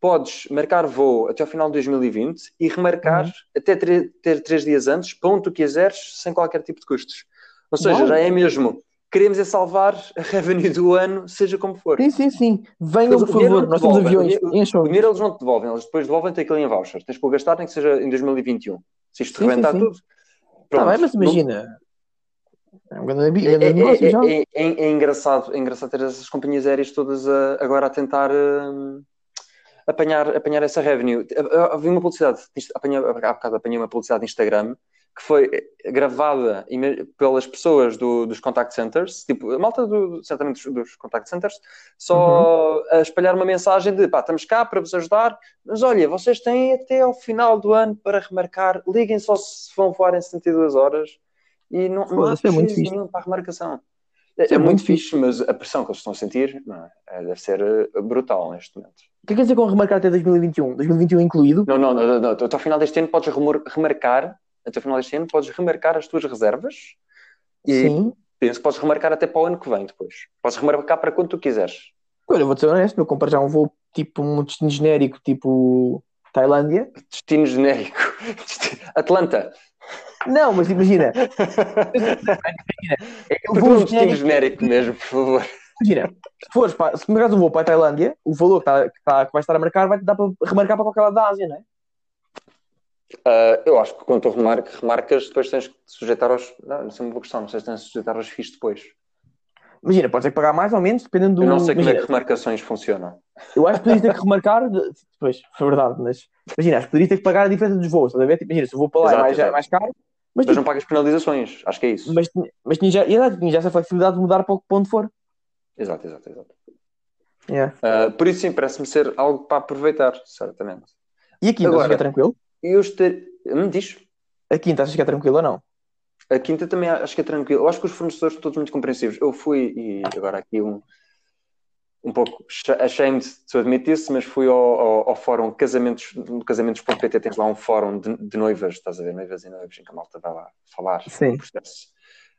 podes marcar voo até ao final de 2020 e remarcar
Uhum.
até tre- ter três dias antes, para onde tu quiseres, sem qualquer tipo de custos. Ou seja,
Uau.
já é mesmo. Queremos é salvar a revenue do ano, seja como for.
Sim, sim, sim. Venham,
Mas o
por
um dinheiro
favor,
não
nós temos
devolve,
aviões.
o dinheiro-
Encham.
O dinheiro eles não te devolvem, eles depois devolvem-te aquilo em voucher. Tens que o gastar, nem que seja em 2021. Se isto
Sim, sim,
reventar
sim.
tudo.
Está Tá bem, mas
Não-
imagina. É um grande, abi-
é,
grande negócio já.
é- é- é- é engraçado, é engraçado ter essas companhias aéreas todas a- agora a tentar hum, apanhar, apanhar essa revenue. Havia uma publicidade, apanhei, há bocado apanhei uma publicidade de Instagram que foi eh, gravada pelas pessoas do, dos contact centers, tipo, a malta do, certamente dos, dos contact centers, só uhum. a espalhar uma mensagem de pá, estamos cá para vos ajudar, mas olha, vocês têm até ao final do ano para remarcar, liguem só se vão voar em 72 horas e não, não há
Isso é muito fixe.
nenhum para a remarcação.
Isso
É,
é
é muito
muito
fixe, mas a pressão que eles estão a sentir não, é, deve ser eh, brutal neste momento.
O que é que quer dizer com remarcar até 2021? 2021 incluído?
Não, não, não, não, não. Até ao final deste ano podes remor- remarcar, até ao final deste ano podes remarcar as tuas reservas e
Sim.
penso que podes remarcar até para o ano que vem depois. Podes remarcar para quando tu quiseres.
Olha, eu vou-te ser honesto, eu comprar já um voo tipo um destino genérico, tipo Tailândia.
Destino genérico. Atlanta.
Não, mas imagina, eu
Porque
vou
um destino
genérico.
genérico mesmo, por favor.
Imagina, se fores para, se marcares um voo para a Tailândia, o valor que, tá- que tá- que vais estar a marcar vai-te dar para remarcar para qualquer lado da Ásia, não é?
Ah, eu acho que quando tu remar- remarcas, depois tens que te sujeitar aos. Não, não sei uma boa questão, não sei se tens de sujeitar aos FIIs depois.
Imagina, podes ter que pagar mais ou menos, dependendo do.
Eu não sei como é
imagina,
que remarcações funcionam.
Eu acho que poderias ter que remarcar. de- Pois, foi verdade, mas. Imagina, acho que poderias ter que pagar a diferença dos voos, estás a ver? Tipo, Imagina, se o voo para lá
Exato,
é, mais,
exato.
é mais caro, mas,
Mas
tipo,
não pagas penalizações, acho que é isso.
mas, mas tinha já, e lá, tinha já essa flexibilidade de mudar para o ponto for.
Exato, exato, exato.
Yeah.
Ah, por isso, sim, parece-me ser algo para aproveitar, certamente.
E aqui, então, estás a
Agora-
ficar é tranquilo?
E eu estaria. Me diz?
A quinta, achas que é tranquilo ou não?
A quinta também acho que é tranquilo. Eu acho que os fornecedores estão todos muito compreensivos. Eu fui, e agora aqui um, um pouco sha- ashamed de admitir isso, mas fui ao, ao, ao fórum casamentos, no casamentos.pt, tens lá um fórum de, de noivas, estás a ver, noivas e noivos, em que a malta vai lá falar
Sim.
do processo.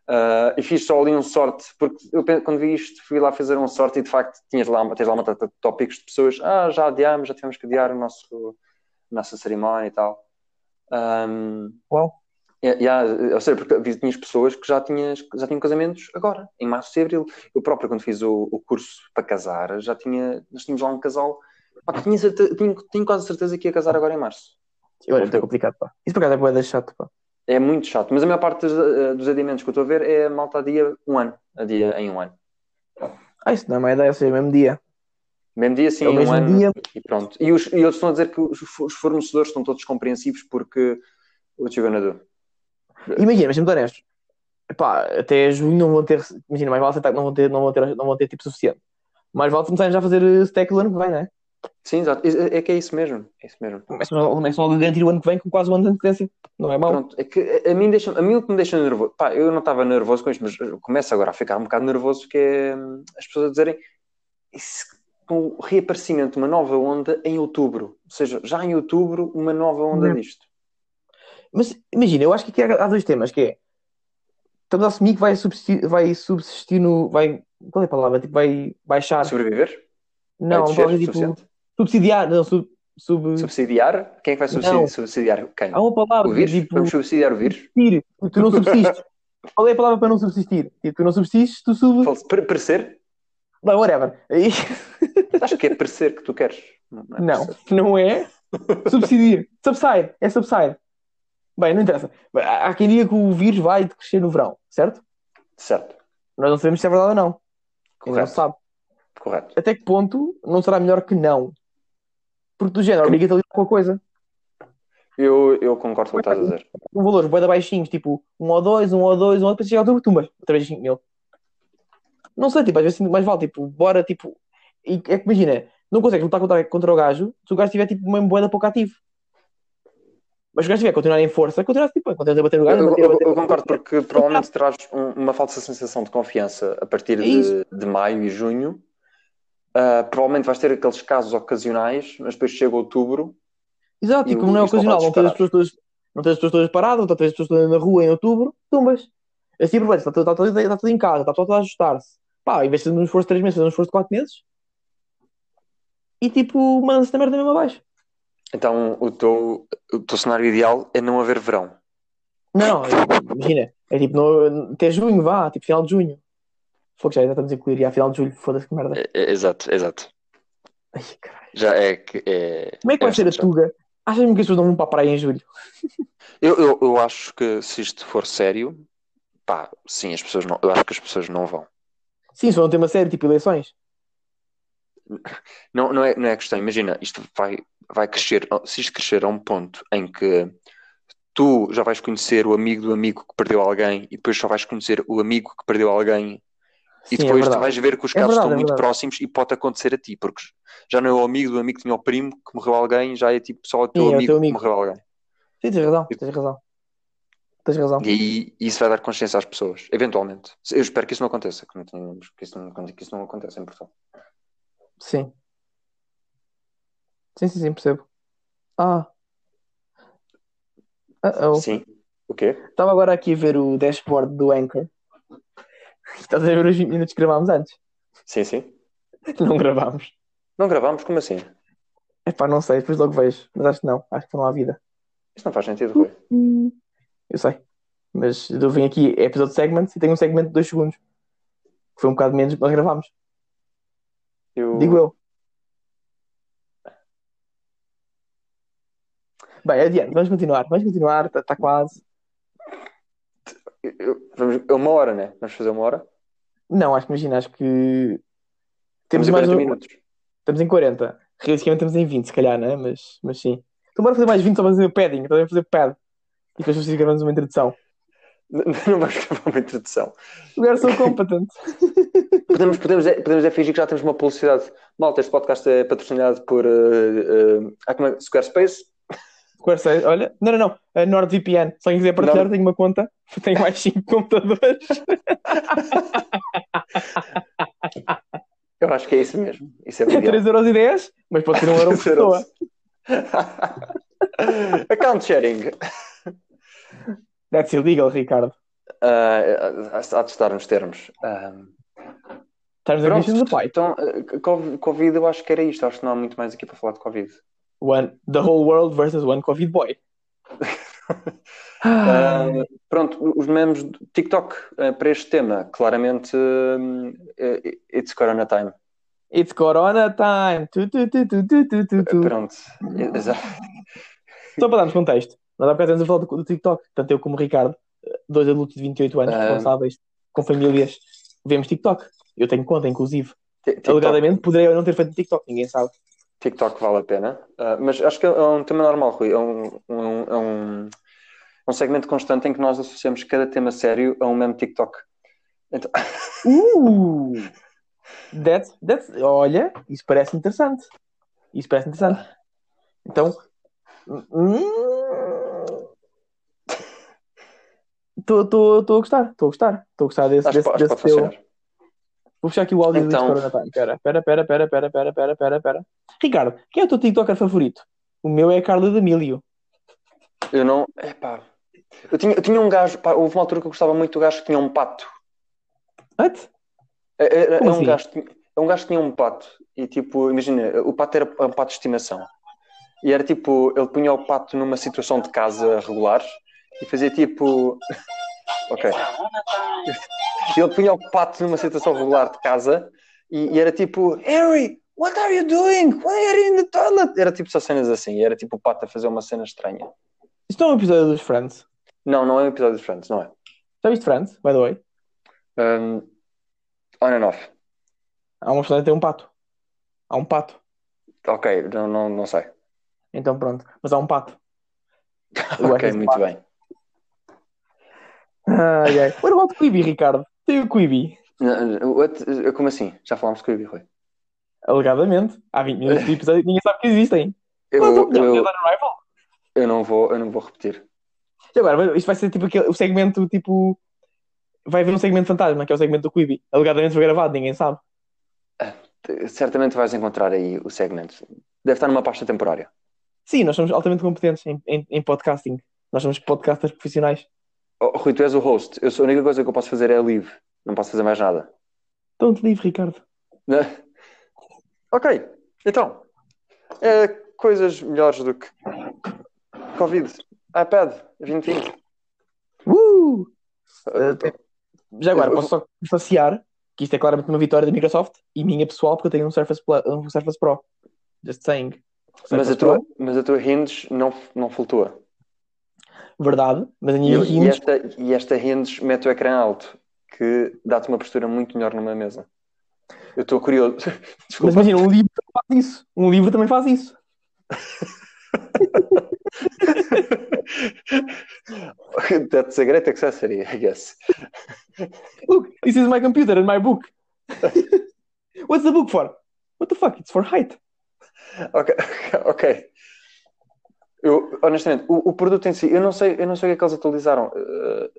Ah, e fiz só ali um sorte, porque eu pe- quando vi isto, fui lá fazer um sorte e de facto tinhas lá, tens lá uma data de tópicos de pessoas, ah, já adiámos, já tivemos que adiar o nosso, a nossa cerimónia e tal. Ahm,
Uau.
Yeah, yeah, ou seja, porque havia- tinhas pessoas que já, tinhas, já tinham casamentos agora, em março e abril. Eu próprio, quando fiz o, o curso para casar, já tinha, nós tínhamos lá um casal pá, que tinha, certe- tinha, tinha quase certeza que ia casar agora em março.
Olha, muito complicado, pá. Isso por acaso é boeda chato, pá.
É muito chato, mas a maior parte dos, eh, dos adiamentos que eu estou a ver é a malta a dia um ano, a dia em um ano.
Ah, isso não é má ideia, ou seja, mesmo dia.
Mesmo dia, sim,
É o
um
mesmo
ano
dia.
e pronto. E, os, e eles estão a dizer que os, os fornecedores estão todos compreensivos porque o tio Ganador.
Imagina, mas sempre honesto. Pá, até junho não vão ter. Imagina, mais vale aceitar que não vão ter, não vão ter, não vão ter tipo suficiente. Mais vale começarem já a fazer eh, stack o ano que vem, não é?
Sim, exato. É, é que é isso mesmo. É isso mesmo.
Começam começam a garantir o ano que vem com quase um ano de antecedência. Não é mau.
Pronto, é que a mim deixa, a mim o que me deixa nervoso, pá, eu não estava nervoso com isto, mas eu começo agora a ficar um bocado nervoso que é hum, as pessoas a dizerem isso, com o reaparecimento de uma nova onda em outubro, ou seja, já em outubro uma nova onda
Não.
disto.
Mas imagina, eu acho que aqui há, há dois temas, que é. Estamos a assumir que vai subsistir, vai subsistir no. Vai, qual é a palavra? Tipo, vai baixar.
Sobreviver?
não, uma
vai descer
palavra
o
tipo.
suficiente?
Subsidiar, não, sub. sub-
Subsidiar? Quem é que vai subsidi-
Não.
subsidiar quem?
há uma palavra
O vírus?
tipo.
Vamos subsidiar o vírus?
subsistir. Tu não subsistes. Qual é a palavra para não subsistir? Tipo, tu não subsistes, tu subes.
Fal- per- Parecer?
Bem, whatever. E-
Acho que é parecer que tu queres. Não, é
Não,
parecer.
não é. Subsidir. Subside. É subside. Bem, não interessa. Bem, Há há quem diga que o vírus vai crescer no verão, certo?
Certo,
Nós não sabemos se é verdade ou não. Não se
correto,
sabe.
correto.
Até que ponto não será melhor que não? Porque do género, obriga-te a lidar com a coisa.
Eu, eu concordo com o que estás a dizer.
Com valores bué da baixinhos, tipo um ou dois, um ou dois, um ou dois, depois chega ao tubo, tumbas, outra vez 5 mil. Não sei, tipo, às vezes sinto que mais vale, tipo, bora, tipo... E é que imagina, não consegues lutar contra, contra o gajo se o gajo tiver, tipo, uma boeda pouco ativo. Mas se o gajo tiver a continuar em força, continuar, tipo, continuar a bater no gajo, a
Eu,
bater,
eu-
a bater,
eu concordo porque provavelmente terás um- uma falsa sensação de confiança a partir
É
de,
isso.
de maio e junho. Ah, provavelmente vais ter aqueles casos ocasionais, mas depois chega outubro.
Exato,
E
e
o-
como não é
isto não
ocasional,
pode
não tens as pessoas todas, não tens as pessoas todas paradas, não tens as pessoas todas na rua em outubro, tumbas. Assim aproveitas, está, tudo- está, tudo- está tudo em casa, está tudo a ajustar-se. Pá, em vez de fazer um esforço de 3 meses, fazer um esforço de 4 meses. E tipo, manda-se da merda mesmo abaixo.
Então o teu, o teu cenário ideal é não haver verão.
Não, é- imagina, é tipo, não, até junho, vá, tipo final de junho. Fogo, já ainda estamos a incluir, e a final de julho, foda-se que
É,
merda.
exato, exato.
Ai, caralho.
Já é que. É,
Como é que vai ser a Tuga? Achas mesmo que as pessoas não vão para a praia em julho?
Eu, eu, eu acho que se isto for sério, pá, sim, as pessoas não. Eu acho que as pessoas não vão.
Sim, se for um tema sério, tipo eleições.
Não, não é, não é questão, imagina, isto vai, vai crescer, se isto crescer a um ponto em que tu já vais conhecer o amigo do amigo que perdeu alguém e depois só vais conhecer o amigo que perdeu alguém
Sim,
e
é
depois tu
verdade.
vais ver que os
É
casos
verdade,
estão
é
muito
verdade.
próximos e pode acontecer a ti, porque já não é o amigo do amigo que tinha o primo que morreu alguém, já é tipo só o teu
Sim, é o
amigo
teu
que
amigo.
morreu alguém.
Sim, tens razão, tens razão. Tens razão.
E aí isso vai dar consciência às pessoas, eventualmente. Eu espero que isso não aconteça, que, não tenhamos- que, isso, não, que isso não aconteça em Portugal.
Sim. Sim, sim, sim, percebo. Ah, uh-oh.
Sim. O quê?
Estava agora aqui a ver o dashboard do Anchor. Estás a ver os 20 minutos que gravámos antes?
Sim, sim.
Não gravámos.
Não gravámos? Como assim?
Epá, não sei, depois logo vejo. Mas acho que não, acho que não há vida.
Isto não faz sentido,
Uh,
Rui.
Hum. Eu sei. Mas eu vim aqui, é episódio segment, e tenho um segmento de 2 segundos. Que foi um bocado menos, mas gravámos.
Eu...
Digo eu. Bem, adiante, vamos continuar. Vamos continuar, está quase.
eu- eu- vamos- é uma hora, né? Vamos fazer uma hora?
Não, acho que imagina, acho que. Temos
Vamos
mais
em 40
um.
minutos.
Estamos em 40. Realisticamente estamos em 20, se calhar, né? Mas, mas sim. Então bora fazer mais 20, só para fazer o padding, então vamos fazer pad. E depois vocês gravamos uma introdução.
Não vamos gravar uma introdução.
Agora sou competent.
Podemos, podemos, é, podemos é fingir que já temos uma publicidade. Malta, este podcast é patrocinado por eh, eh, ah, como é? Squarespace.
Squarespace, olha. Não, não, não. A NordVPN. Se alguém quiser partilhar,
Nord-
tenho uma conta. Tenho mais 5 computadores.
Eu acho que é isso mesmo. Isso é o ideal.
3,10€, mas pode ser 1€ por pessoa.
Account sharing.
That's illegal, Ricardo.
Ah, há há de estar nos termos. Ah,
Estamos a
pronto,
bichos do pai.
então, eh, Covid- Covid, eu acho que era isto. Acho que não há muito mais aqui para falar de Covid.
One, the whole world versus one Covid boy.
Ah,
Ah,
pronto, os memes do TikTok eh, para este tema, claramente hum, eh, it's corona time.
it's corona time. Tu, tu, tu, tu, tu, tu, tu, tu.
Ah, Pronto, exato.
Só para darmos contexto, nós há bocado estamos a falar do, do TikTok, tanto eu como o Ricardo, dois adultos de 28 anos
Ah.
responsáveis, com famílias, vemos TikTok. Eu tenho conta, inclusive.
TikTok,
Alegadamente, poderia eu não ter feito TikTok, ninguém sabe.
TikTok vale a pena, Ah, mas acho que é um tema normal, Rui. É um, um- é um- um segmento constante em que nós associamos cada tema sério a um meme TikTok. Então,
Uh! That's, that's, olha, isso parece interessante. Isso parece interessante. Então. hum, Estou a gostar, estou a gostar. Estou a gostar desse,
acho que
desse,
pode, acho que
desse
pode
teu.
funcionar.
Vou puxar aqui o áudio
Então.
do Corona Time. Pera, pera, pera, pera, pera, pera, pera, pera, pera. Ricardo, quem é o teu TikToker favorito? O meu é a Carla D'Amilio.
Eu não. Epá. Eu tinha, eu tinha um gajo, pá, houve uma altura que eu gostava muito do gajo que tinha um pato.
What?
É, é- é
Como
um
assim?
gajo, que tinha- é um gajo que tinha um pato e tipo, imagina, o pato era um pato de estimação. E era tipo, ele punha o pato numa situação de casa regular e fazia tipo. Ok. Ele punha o pato numa situação regular de casa e, e era tipo, Harry, what are you doing? Why are you in the toilet? Era tipo só cenas assim, e era tipo o pato a fazer uma cena estranha.
Isto não é um episódio dos Friends.
Não, não é um episódio de Friends, não é?
Já viste Friends, by the way?
Um, on and off.
Há uma personagem que tem um pato. Há um pato.
Ok, não, não, não sei.
Então pronto. Mas há um pato. Eu acho
Ok,
esse
muito
pato.
bem.
Ai, ai. What about Quibi, Ricardo? Tem o Quibi.
Não, what- como assim? Já falámos com o Ibi, Rui.
Alegadamente. Há 20 minutos de episódio que ninguém sabe que existem.
Eu,
Mas não,
eu,
não, não, não é bom.
eu não vou, eu não vou repetir.
E agora, isto vai ser tipo aquele, o segmento, tipo... Vai haver um segmento fantasma, que é o segmento do Quibi. Alegadamente foi gravado, ninguém sabe.
Certamente vais encontrar aí o segmento. Deve estar numa pasta temporária.
Sim, nós somos altamente competentes em, em, em podcasting. Nós somos podcasters profissionais.
Oh, Rui, tu és o host. Eu sou, a única coisa que eu posso fazer é live. Não posso fazer mais nada.
Don't leave, Ricardo.
Né? Ok, então. É, coisas melhores do que Covid, iPad, 2020.
Uh! Eh, Já agora, posso só saciar que isto é claramente uma vitória da Microsoft e minha pessoal, porque eu tenho um Surface, Pla- um Surface Pro. Just saying.
Mas
Surface
a tua,
Pro,
mas a tua hinge não, não flutua.
verdade, mas a
E,
minha
eu- e
Hinge,
esta, e esta hinge mete o ecrã alto, que dá-te uma postura muito melhor numa mesa. Eu estou curioso.
Mas
Desculpa.
imagina, um livro também faz isso. Um livro também faz isso.
That's a great accessory, I guess.
Look, this is my computer and my book. What's the book for? What the fuck? It's for height.
Ok, ok. Eu, honestamente, o, o produto em si, eu não sei, eu não sei o que é que eles atualizaram. Eh,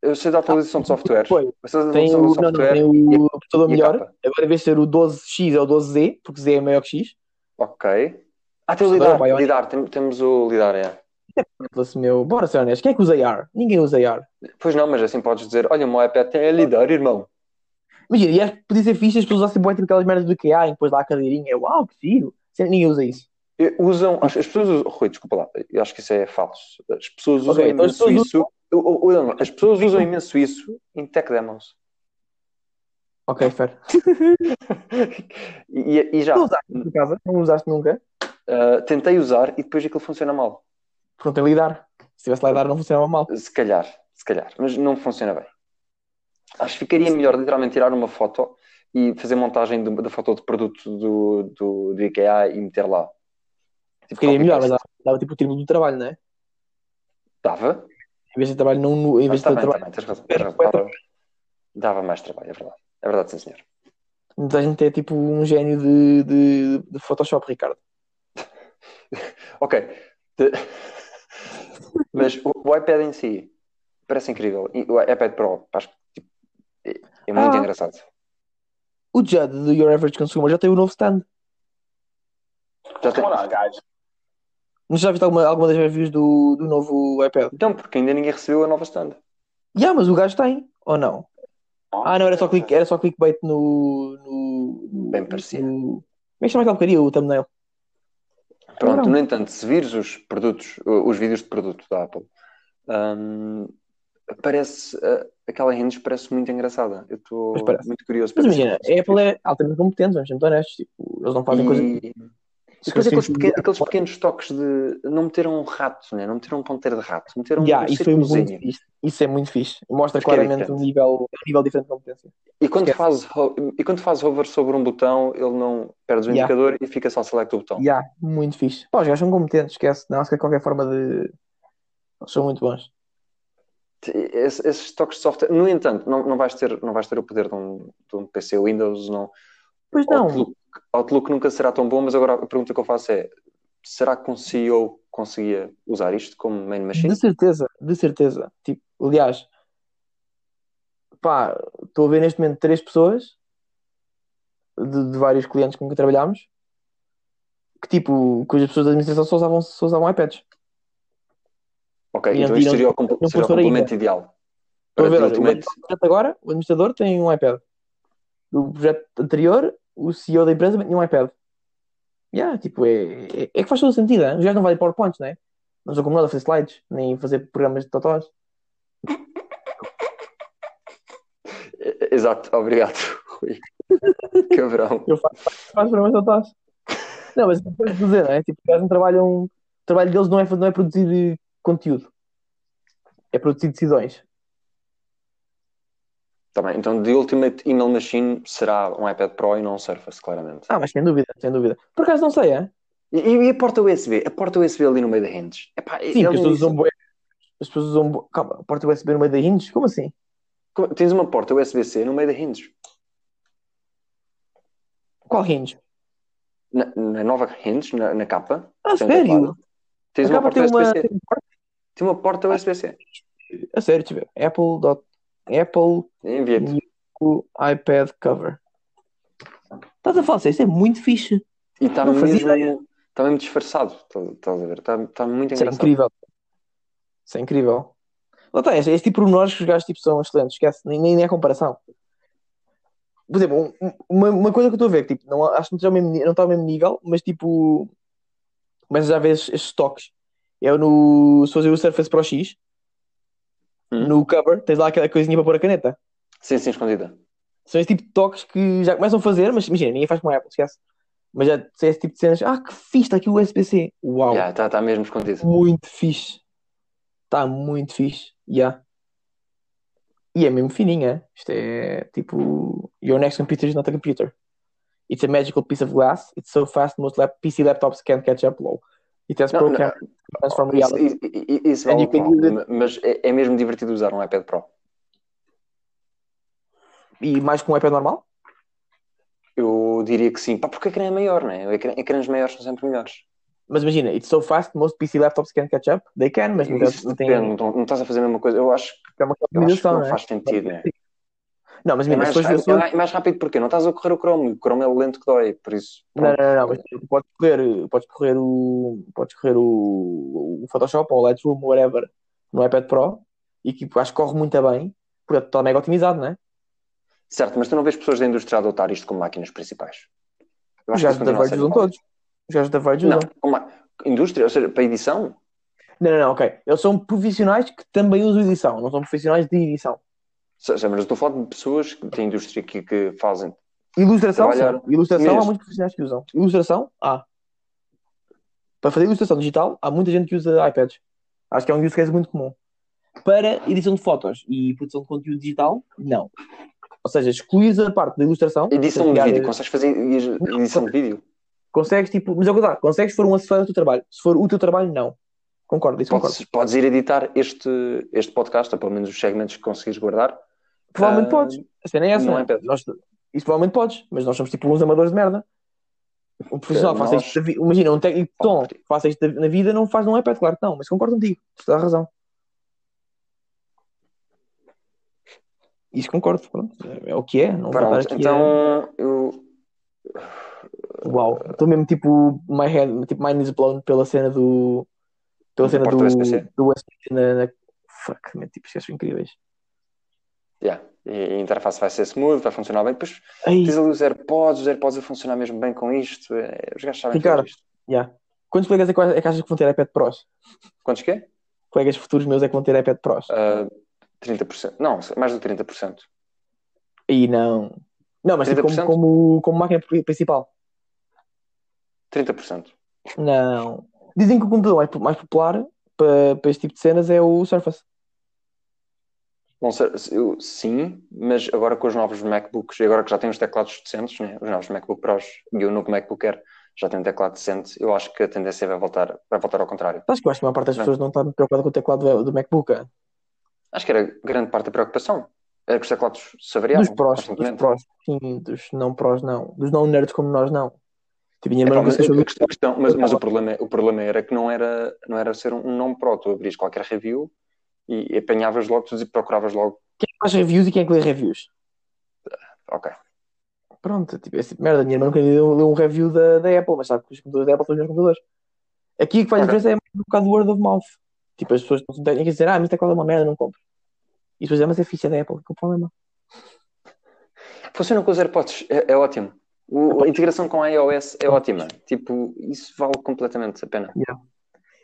Eu sei da atualização de software.
Foi.
Eu sei da
Ah, Tem
atualização
o,
de
não, não,
software
tem o computador
e a
melhor.
capa.
Agora, em vez de ser o 12X, é o 12Z, porque Z é maior que X.
Ok. Ah, tem o
Agora
lidar,
vai, olha.
lidar, tem- temos o lidar, é.
Fala-se, meu, bora ser honesto, quem é que usa AR? Ninguém usa AR.
Pois não, mas assim podes dizer, olha, o meu iPad tem a lidar, irmão.
Imagina, e acho que podia ser fixe as pessoas usassem bué tipo aquelas merdas do IKEA e depois lá a cadeirinha. É Uau, que giro. Sempre- Ninguém usa isso.
E Usam, acho- as pessoas usam, Rui, desculpa lá, eu acho que isso é falso. As pessoas usam
Ok, então as
imenso
pessoas
isso, Ou- ou- ou não, as pessoas usam imenso isso em tech demos.
Ok, fair.
E, e já,
Tu usaste por casa? Não usaste nunca?
eh, tentei usar e depois aquilo funciona mal.
Porque não tem lidar. Se tivesse lidar não funcionava mal.
Se calhar, se calhar, mas não funciona bem. Acho que ficaria melhor literalmente tirar uma foto e fazer montagem do- da foto do produto do, do, do IKEA e meter lá. Tipo,
Ficaria é melhor, mas
copy-paste.
dava, dava tipo o triplo do trabalho, não é?
Dava?
Em vez de trabalho não nu, em vez
Mas
de
está bem,
trabalho.
está bem, tens razão, tens
Era
razão.
quatro.
Dava, dava mais trabalho, é verdade. É verdade, sim, senhor.
Não tens de ter tipo um gênio de, de, de Photoshop, Ricardo.
Ok. De- Mas o, o iPad em si parece incrível. E o iPad Pro, acho que tipo, é, é muito
Ah.
engraçado.
O Judd do Your Average Consumer já tem o novo stand.
Já tem-
Come on, guys.
Não já viste alguma, alguma das reviews do, do novo iPad?
Então, porque ainda ninguém recebeu a nova stand.
Já, mas o gajo tem, ou não? Ah, não, era só, click, era só clickbait no. no, no-
Bem parecia.
no- Como é que chama aquela porcaria, o thumbnail?
Pronto,
Não.
no entanto, se vires os produtos, os vídeos de produto da Apple, hum, parece ah, aquela hinge parece muito engraçada. Eu estou
Pois parece.
muito curioso
Mas
para ver
imagina,
se-
a Apple é altamente competente, vamos ser muito honestos. Tipo, eles não fazem coisa.
E- E depois é aqueles, pequenos, aqueles pequenos toques de não meteram um rato, né? não meteram um ponteiro de rato, meteram
Yeah,
um
isso, foi muito,
círculozinho.
isso, isso é muito fixe. Mostra
Acho que é
claramente um
diferente.
nível, um nível diferente de competência.
E quando,
Esquece.
faz, ho- e quando faz hover sobre um botão, ele não perde o
Yeah.
indicador e fica só select o botão.
Yeah, muito fixe. Pá, os gajos são competentes, esquece. Não, acho que é qualquer forma de. Eles são muito bons.
Esse- esses toques de software, no entanto, não, não, vais, ter, não vais ter o poder de um, de um PC Windows, não.
Pois não,
Outlook, Outlook nunca será tão bom, mas agora a pergunta que eu faço é: será que um CEO conseguia usar isto como main machine?
de certeza, de certeza. Tipo, aliás, pá, estou a ver neste momento três pessoas de, de vários clientes com que trabalhámos que, tipo, cujas pessoas da administração só usavam, só usavam iPads.
Ok,
E
então
não-
isto
e
seria o, comp-
não
seria o
funciona
complemento ideal.
Estou a ver,
ti,
olha, o
ultimamente.
projeto agora, o administrador tem um iPad. Do projeto anterior, o CEO da empresa tinha um iPad. Yeah, tipo, é, é, é que faz todo sentido, hein? Os gajos não fazem PowerPoints, né? Não são como nós a fazer slides, nem fazer programas de totós.
Eh, Exato, obrigado, Rui. Cabrão.
Eu faço, faço programas de totós. Não, mas não posso dizer, não é? Tipo, os gajos não trabalham. O trabalho deles não é, não é produzir eh, conteúdo, é produzir decisões.
Tá bem, então The Ultimate Email Machine será um iPad Pro e não um Surface, claramente.
Ah, mas sem dúvida, sem dúvida. Por acaso não sei, é?
E, e a porta USB? A porta USB ali no meio da hinge. Epá,
Sim,
ele
porque as pessoas
disse-
usam. bué- As pessoas usam. bué- Calma, porta USB no meio da hinge? Como assim?
Como- Tens uma porta USB-C no meio da hinge.
Qual hinge?
Na, na nova hinge, na, na capa.
Ah,
tem um
sério?
teclado, Tens uma
Acaba
porta
tem uma.
USB-C. Tem uma porta USB-C.
A É sério, deixa eu ver. Apple. dot- Apple
Envia-te.
o iPad cover. Estás a falar sério? Isto é muito fixe.
E está
Não fazia
mesmo, tá mesmo disfarçado. Estás estás a ver? Está tá muito
Isso é
engraçado.
incrível. Isso é incrível. Lá está, este, este tipo de pormenores que os gajos tipo, são excelentes. Esquece, nem, nem, nem há comparação. Por exemplo, um- uma, uma coisa que eu estou a ver, que, tipo, não, acho que não está ao mesmo, ni- não está ao mesmo nível, mas tipo. Começas a ver esses, esses toques. Eu no. Se fazer o Surface Pro X,
Hum.
no cover, tens lá aquela coisinha para pôr a caneta.
Sim, sim, escondida.
São esse tipo de toques que já começam a fazer, mas imagina, ninguém faz com a Apple, esquece. Mas já sei esse tipo de cenas. Ah, que fixe, está aqui o USB-C. Uau,
Já, está tá mesmo escondido.
muito fixe. Está muito fixe. Yeah. é, E é mesmo fininha. Isto é tipo. Your next computer is not a computer. It's a magical piece of glass. It's so fast most lap PC laptops can't catch up. Lol. It has
Não,
pro
não.
cam- cameras from
Isso,
reality.
i- i- isso é
And
um
you can
pro,
use
mas é, é mesmo divertido usar um iPad Pro.
E mais com um iPad normal?
Eu diria que sim. Pá, porque o ecrã é maior, não é? O ecrã- Ecrãs maiores são sempre melhores.
Mas imagina, it's so fast most PC laptops can't catch up. They can, mas não,
Isso
não tem
depende, não, não estás a fazer a mesma coisa. Eu acho,
é uma
eu acho que
otimização,
não
não é?
faz sentido, né?
Não, mas assim,
É
imagina,
mais,
se fores ver
rápido-
só-
é mais- é mais rápido porque não estás a correr o Chrome. O Chrome é lento que dói, por isso.
Não,
pronto.
não, não, mas
né?
tu podes correr, podes correr o. Podes correr o, o Photoshop ou o Lightroom, whatever, no iPad Pro e que tipo, acho que corre muito bem, portanto está mega otimizado, não é?
Certo, mas tu não vês pessoas da indústria a adotar isto como máquinas principais. Eu
Os
acho que
gajos
isso
da
continua a
Verge
ser
usam
válido.
todos. Os gajos da Verge
Não,
usam.
como a- indústria, ou seja, para edição?
Não, não, não, ok. Eles são profissionais que também usam edição, não são profissionais de edição.
Ou seja, mas eu estou a falar de pessoas que- da indústria que, que fazem.
Ilustração,
Trabalhar
sim. Ilustração há
mesmo.
muitos profissionais que usam. Ilustração, há. Para fazer ilustração digital, há muita gente que usa iPads. Acho que é um use case muito comum. Para edição de fotos e produção de conteúdo digital, não. Ou seja, excluís a parte da ilustração.
Edição
portanto,
de vídeo,
criar- eh,
consegues fazer edição de vídeo?
Consegues, tipo, mas é o que eu digo, consegues se for um acessório do teu trabalho. Se for o teu trabalho, não. Concordo, isso concordo.
Podes, podes ir editar este, este podcast, ou pelo menos os segmentos que conseguires guardar.
Provavelmente
Ah,
podes. A cena é essa.
não é iPad.
Nós- isso provavelmente podes, mas nós somos tipo uns amadores de merda. Um profissional que faça
nós-
isto da vida. Imagina, um técnico de tom que faça isto da- na vida não faz num iPad, claro que não, mas concordo contigo, tu tens razão. Isso concordo, pronto. É o que é, não vou estar
Pronto,
aqui.
então eu.
a- Uau, estou mesmo tipo, my head, tipo, mind is blown pela cena do. pela
Da
cena
porta
do.
do SPC?
do SPC na. na... Fuck, man, tipo, esses gajos são incríveis.
Yeah, e a interface vai ser smooth, vai funcionar bem. Depois
Ai,
tens ali os AirPods, os AirPods a funcionar mesmo bem com isto. é, Os gajos sabem
Ricardo.
fazer isto.
yeah. Quantos colegas é que, é que achas que vão ter iPad Pros?
Quantos que é?
Colegas futuros meus é que vão ter iPad Pros?
Ah, 30%. Não, mais do 30%.
E não. Não, mas tipo, como,
30%?
como, como máquina pri- principal.
30%.
Não. Dizem que o computador mais, po- mais popular para, para este tipo de cenas é o Surface.
Não sei, se eu- sim, mas agora com os novos MacBooks, e agora que já têm os teclados decentes, né? Os novos MacBook Pros e o novo MacBook Air já têm um teclado decente, eu acho que a tendência vai voltar, vai voltar ao contrário.
Acho que eu acho que a maior parte das
Não.
pessoas não está preocupada com o teclado do, do MacBook. ah.
É, Acho que era grande parte da preocupação. Era que os teclados se avariavam
Dos prós, dos
constantemente.
prós, sim, dos não prós, não. Dos não nerds como nós, não. Tipo, minha irmã
Epá,
nunca
É mas,
se achou
a questão- a questão- mas- mas o, problema, o problema era que não era, não era ser um nome pro, tu abrias qualquer review e apanhavas logo tudo e procuravas logo.
quem é que faz reviews e quem é que lê reviews.
Ok.
Pronto, tipo, é assim, merda, minha irmã nunca leu, leu um review da, da Apple, mas sabe que os computadores da Apple são os meus computadores. Aqui o que faz
Ok.
diferença é mais um bocado do word of mouth. Tipo, as pessoas não têm que dizer, ah, mas teclado é uma merda, não compro. E depois é, mas é ficha da Apple, que é o problema.
Funciona com os AirPods, é, é ótimo. O- a integração com a iOS é ótima. Tipo, isso vale completamente a pena.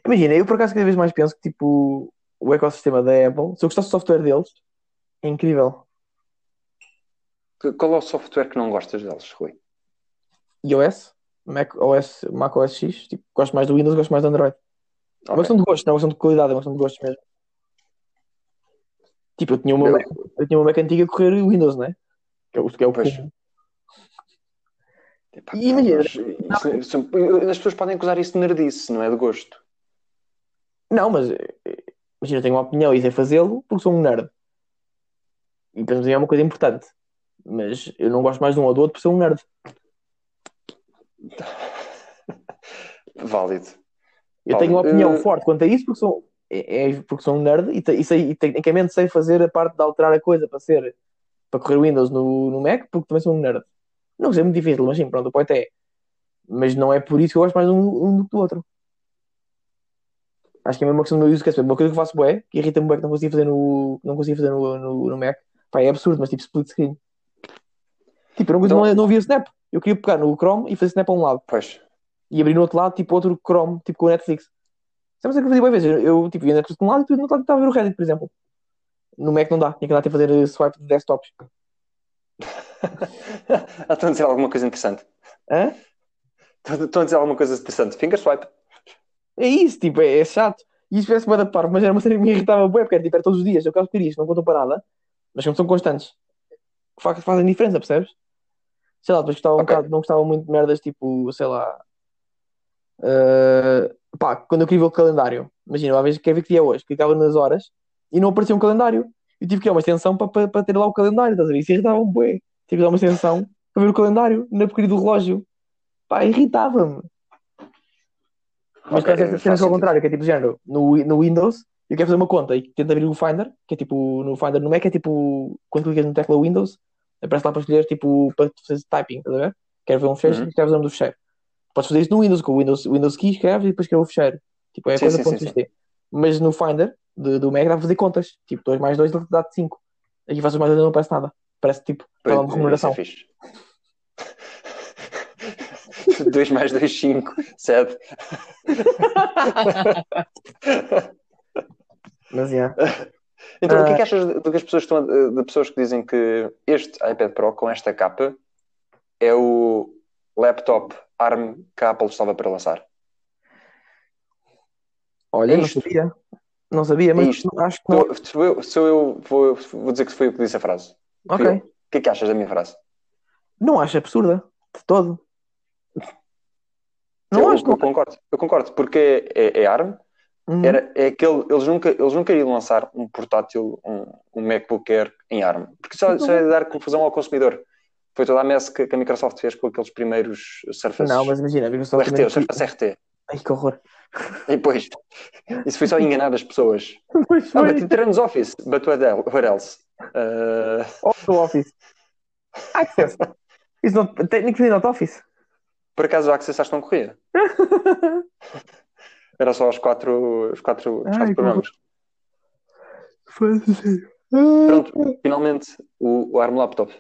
Imagina, eu por acaso cada vez mais penso que, tipo, o ecossistema da Apple, se eu gostasse do software deles, é incrível.
Que- Qual é o software que não gostas deles, Rui?
iOS, Mac OS, Mac OS X, tipo, gosto mais do Windows, gosto mais do Android. É uma
Ok.
questão de gosto, não é uma questão de qualidade, é uma questão de gosto mesmo. Tipo, eu tinha uma,
Eu-
Mac, eu tinha uma Mac antiga a correr Windows, né? Que é o que é o
Pois.
comum.
Epá,
E imagina-
É mas isso- isso- as pessoas podem acusar isso de nerdice, não é de gosto.
Não, mas eh, imagina, eu tenho uma opinião e sei fazê-lo porque sou um nerd. E para mim é uma coisa importante. Mas eu não gosto mais de um ou do outro por ser um nerd.
Válido.
Eu
Paulo,
tenho uma opinião
eh,
forte quanto a isso porque sou, é, é porque sou um nerd e, te- e sei- e tecnicamente sei fazer a parte de alterar a coisa para ser para correr Windows no, no Mac porque também sou um nerd. Não sei, é muito difícil, mas sim, pronto, o point é. Mas não é por isso que eu gosto mais de um, um do que do outro. Acho que é a mesma questão do use case. Uma coisa que eu faço bué, que irrita-me bué que não consigo fazer no, não consigo fazer no, no, no Mac. Pá, é absurdo, mas tipo split screen. Tipo, eu não,
Então-
não, não via Snap. Eu queria pegar no Chrome e fazer Snap a um lado
Pois.
e abri no outro lado, tipo, outro Chrome, tipo, com o Netflix. Sabes o que eu fazia boas vezes? Eu, tipo, ia na Netflix de um lado e tu no outro lado estava a ver o Reddit, por exemplo. No Mac não dá, tinha que andar até fazer eh, swipe de desktops.
Estão a dizer alguma coisa interessante.
Hã?
Estão estão a dizer alguma coisa interessante. Finger swipe.
É isso, tipo, é, é chato. E isso parece bué da parvo, mas era uma cena que me irritava bué, porque era, tipo, era todos os dias, eu quero que isto, não contam para nada, mas como são constantes, fa- fazem diferença, percebes? sei lá, depois gostava um
Ok.
bocado- não gostava muito de merdas tipo, sei lá. eh, pá, quando eu queria ver o calendário, imagina, uma vez quer ver que dia é hoje, clicava nas horas e não aparecia um calendário. Eu tive que dar uma extensão para, para, para ter lá o calendário, estás a ver? Isso irritava-me, bué. Tive que dar uma extensão para ver o calendário na porcaria do relógio. Pá, irritava-me. Mas
Ok, eh,
okay, tens
faz
essas cenas ao
sentido.
contrário, que é tipo género, no, Wi- no Windows, eu quero fazer uma conta e tento abrir o Finder, que é tipo, no Finder no Mac é tipo, quando clicas no teclado Windows, aparece lá para escolher tipo, para tu fazer typing, estás a ver? Quero ver um fecheiro,
Uhum.
escreves o nome do fecheiro. Podes fazer isso no Windows, com o Windows, Windows Key escreves e depois escreve o fecheiro. Tipo, é a
Sim,
coisa
sim,
ponto
sim,
XT. Mas no Finder do, do Mac dá para fazer contas, tipo, 2 mais 2 dá 5. Aqui fazes mais 2 não aparece nada. Parece tipo,
Pois,
está lá de remuneração.
Isso é fixe. 2 mais 2, 5, 7.
Mas yeah.
Então, o que é
Ah.
que achas de, de que as pessoas estão a- de pessoas que dizem que este iPad Pro com esta capa é o laptop ARM que a Apple estava para lançar?
Olha,
É
não
isto.
sabia. Não sabia, mas
É isto.
acho que não.
Sou- Sou eu, sou eu vou, vou dizer que foi eu que disse a frase. Fui
Ok.
eu. O que é que achas da minha frase?
Não acho absurda, de todo. Não
eu,
acho,
eu
não.
concordo, eu concordo, porque é, é ARM,
Uhum.
era, é aquele, eles, nunca, eles nunca iriam lançar um portátil, um, um MacBook Air em ARM, porque só, só ia dar confusão ao consumidor. Foi toda a mess que, que a Microsoft fez com aqueles primeiros Surface,
Não, mas imagina, a
o
Microsoft
RT,
também.
o Surface RT.
Ai, que horror.
E depois, isso foi só enganar as pessoas.
Pois
Ah, but teremos Office, but what el- what else? Ah,
Office. Office. Access. It's not, technically not Office.
por acaso o Access acho que não corria. Era só os quatro, os quatro, os
Ai, é
quatro
que
programas.
Pronto.
Finalmente, o, o ARM Laptop.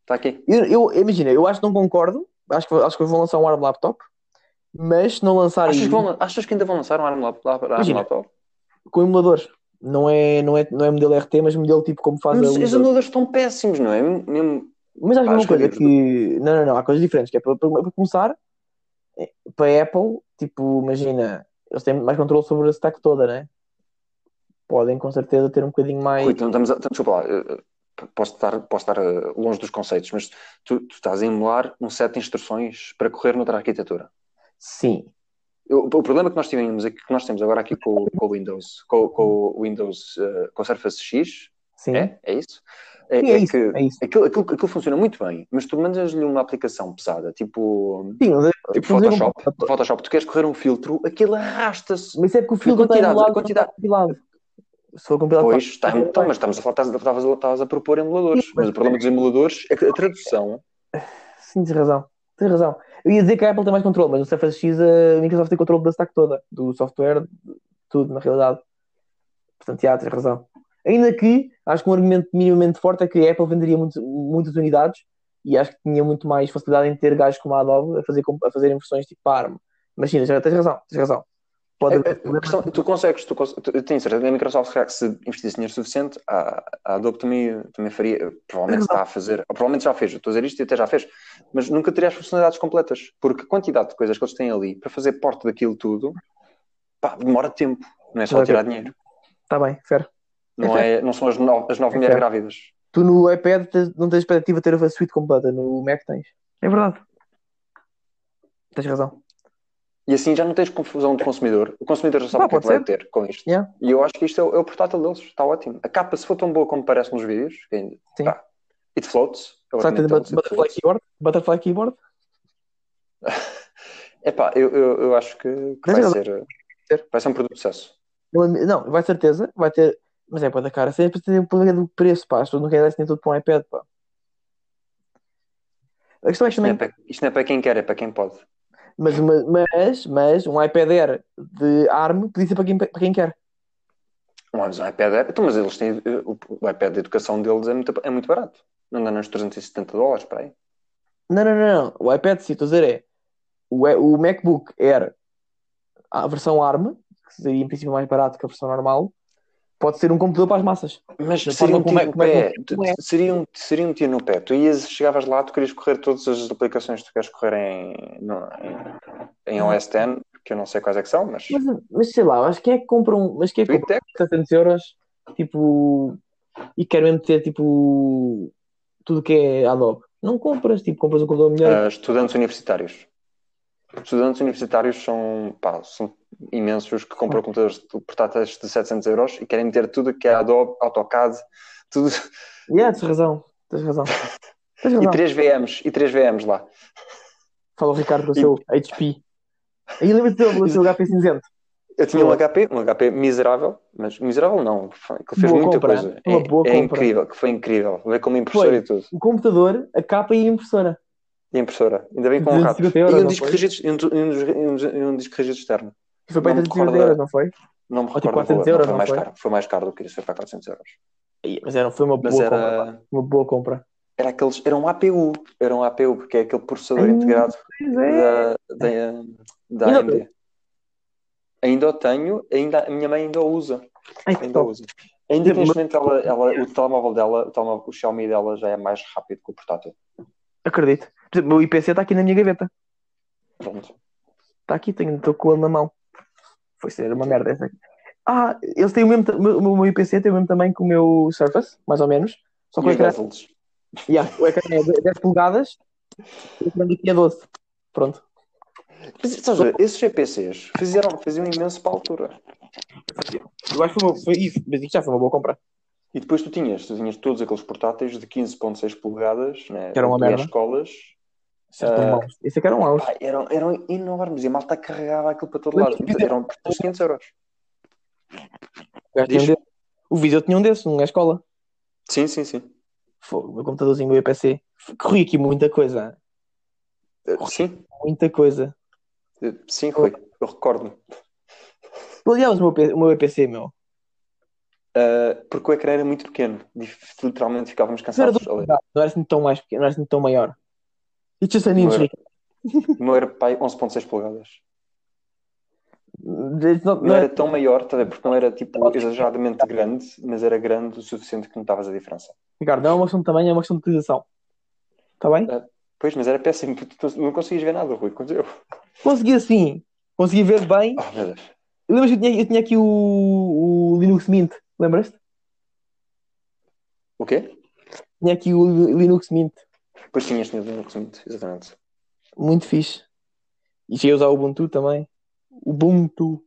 Está aqui.
Eu, eu- imagina, eu acho que não concordo. Acho que, acho que vão lançar um ARM laptop. Mas se não lançarem
Achas que, vão- achas que ainda vão lançar um ARM Lap- Lap- ARM
Imagina.
Laptop?
com emuladores. Não é, não, é, não é modelo RT, mas modelo tipo como faz a
Mas os
Windows.
emuladores estão péssimos, não é? Mesmo-
Mas acho que
Pá,
é
acho
uma
que
coisa
é
que. Não, não, não, há coisas diferentes. Que é para, para- para começar, é, para a Apple, tipo, imagina, eles têm mais controle sobre a stack toda, né? Podem com certeza ter um bocadinho mais.
Rui, então estamos a, então, desculpa lá, eh, eh, posso estar, posso estar eh, longe dos conceitos, mas tu, tu estás a emular um set de instruções para correr noutra arquitetura.
Sim.
Eu- o problema que nós tivemos é que nós temos agora aqui com, o- com o Windows, com, com o Windows, eh, com o Surface X,
Sim.
é? É isso? É,
Sim, é
é
isso,
que
é isso.
aquilo, aquilo, aquilo funciona muito bem, mas tu mandas-lhe uma aplicação pesada, tipo,
Sim, mas, é,
tipo
mas eu-
Photoshop, Photoshop, tu queres correr um filtro, aquilo arrasta-se.
Mas é porque o filtro está
quantidade, a
emulado, não
quantidade.
está compilado. Se for compilado,
Pois, está,
está-
então, mas estamos a falar, estás, estavas a- estavas a propor emuladores.
Sim, mas-
mas o problema dos emuladores é que a tradução.
Sim, tens razão. Tens razão. Eu ia dizer que a Apple tem mais controle, mas no Surface X eh, a Microsoft tem controle da stack toda, do software, de tudo, na realidade. Portanto, já, tens razão. Ainda que, acho que um argumento minimamente forte é que a Apple venderia muito- muitas unidades e acho que tinha muito mais facilidade em ter gajos como a Adobe a, fazer, com- a fazerem versões tipo ARM. Mas sim, já tens razão, tens razão. Pode
é-
haver
é- a
problemas.
questão- tu consegues, tu, cons- tu, eu tenho certeza que a Microsoft, se investisse dinheiro suficiente, a, a Adobe também, também faria. Provavelmente está a fazer, ou provavelmente já fez. eu Estou a dizer isto e até já fez, mas nunca teria as funcionalidades completas, porque a quantidade de coisas que eles têm ali para fazer porte daquilo tudo, pá, demora tempo. Não é só
Ok.
tirar dinheiro.
Está Tá bem, fair.
Não, é, não são as nove, as nove
É
mulheres
certo.
grávidas.
Tu no iPad tens- não tens expectativa de ter a suite completa, no Mac tens. É verdade. Tens razão.
E assim já não tens confusão de consumidor. O consumidor já sabe
Pá,
o que é que
É. pode
vai
ser.
ter com isto.
Yeah.
E eu acho que isto é o, é o portátil deles. Está ótimo. A capa, se for tão boa como parece nos vídeos, que ainda,
Sim.
pá, it floats. É o
Será que tens
argumento deles,
but- butterfly
it floats.
keyboard? Butterfly keyboard?
Epá, eu, eu, eu acho que, que vai,
Tens
ser, eh,
Ser.
vai ser um produto de sucesso.
Não, não, vai certeza, vai ter. Mas é para da cara. Sempre tem um problema do preço, pá. As pessoas não querem dar assim tudo para um iPad, pá. A questão é que
Isto não é,
também.
para, isto não é para quem quer, é para quem pode.
Mas, uma- mas, mas um iPad Air de ARM podia ser para quem, para quem quer.
Mas o iPad é- então, mas eles têm, eh, o, o iPad de educação deles é muito, é muito barato. Não dá nos 370 dólares para aí.
Não, não, não, não. O iPad, se estou a dizer, é. O, é- o MacBook Air, a versão ARM, que seria em princípio mais barato que a versão normal, pode ser um computador para as massas.
Mas
Da
seria
forma
um
como
tiro
é-
no
como é-
pé.
como é.
Tu- Seria um, seria um tiro no pé. Tu ias, chegavas lá, tu querias correr todas as aplicações que tu queres correr em, no- em, em OS X, que eu não sei quais é que são, mas
Mas, mas sei lá, eu acho que é que compra um. Mas quem é que compra
Twitter,
700 euros, tipo, e quero mesmo ter, tipo, tudo que é Adobe. Não compras, tipo, compras um computador melhor.
Ah, estudantes universitários. Estudantes universitários são, pá, são imensos que compram computadores portáteis de 700 euros e querem meter tudo que é Adobe, AutoCAD, tudo.
Yeah, tens razão, tens razão. Tens
E
razão.
3 VMs, e 3 VMs lá.
Fala o Ricardo com o seu HP. Aí lembra-te dele, do seu HP cinzento.
Eu tinha um
Boa.
HP, um HP miserável, mas miserável não, que fez
Boa
muita
compra,
coisa.
uma boa
é, é
compra.
incrível, que foi incrível. Veio com uma impressora
Foi.
e tudo.
O computador, a capa e a impressora.
E impressora. Ainda bem com um rato.
250
E
euros,
um
não
disco
foi?
rígido, e um, e um dos- e um dos- e um disco rígido externo.
Que foi para
Não me
300
recordo.
euros, não foi?
Não me
Ou tipo
recordo o
400
valor,
euros,
não foi
não
mais
foi?
caro. Foi mais caro do que isso, foi para 400 euros.
Aí, Mas era, foi uma
Mas
boa compra, pá.
era,
Uma boa compra.
era aqueles, era um APU, era um APU, porque é aquele processador
Ai,
integrado
Pois
da, da, da
Ainda
AMD. Ainda o tenho, ainda, a minha mãe ainda o usa.
Ai, que
Ainda
top.
usa. Ainda que
Mas-
neste momento ela, ela- o telemóvel dela, o, telemóvel, o Xiaomi dela já é mais rápido que o portátil.
Acredito. Por exemplo, o IPC está aqui na minha gaveta.
Pronto.
Está Tá aqui, tenho, estou com ele na mão. Foi ser uma merda essa aqui. Ah, eles têm o mesmo. ta- O meu, o meu IPC tem o mesmo tamanho que o meu Surface, mais ou menos. Só que o
E os
ecrã,
bezels.
yeah, o ecrã é de- 10 polegadas e o ecrã daqui é 12. Pronto.
Mas, estás a ver, Eh, esses GPCs fizeram, faziam imenso para a altura.
Eu acho que foi, uma- foi isso, mas digo já foi uma boa compra.
E depois tu tinhas, tu tinhas todos aqueles portáteis de 15.6 polegadas, né?
Que era uma
tinha
merda.
escolas. Ah,
Isso era um mouse. Isso é que era um mouse.
Pá, eram, eram enormes e a malta carregava aquilo para todo
Mas
lado.
tu fizeste-
Eram por 500 euros.
O gajo tinha um
diz.
desse. O vídeo tinha um desses, na escola.
Sim, sim, sim.
Fogo, o meu computadorzinho, o meu IPC. Corri aqui muita coisa.
Eh, Sim,
Muita coisa.
eh, sim, Rui, eu recordo-me.
Tu odiavas o meu, P- o meu EPC, meu.
Eh, porque o ecrã era muito pequeno. Dif- Literalmente ficávamos
Não era,
cansados.
tão,
Ali.
não era assim tão mais pequeno, não era assim tão maior. E tinha
Não
saninhos,
era,
Rico.
o meu era pai 11.6 polegadas.
De- Não, é?
Não
não
era
era,
tão maior, tá a ver, porque não era tipo exageradamente grande, mas era grande o suficiente que notavas a diferença.
Ricardo, não é uma questão de tamanho, é uma questão de utilização. Está bem?
Pois, mas era péssimo, porque tu não conseguias ver nada, Rui, quando eu.
Consegui assim. Consegui ver bem.
Oh, meu Deus.
Lembras que eu tinha, eu tinha aqui o, o Linux Mint, lembras-te?
O quê?
Tinha aqui o Li- Linux Mint.
Pois tinhas tinha Linux Mint, exatamente.
Muito fixe. E cheguei a usar o Ubuntu também. Ubuntu.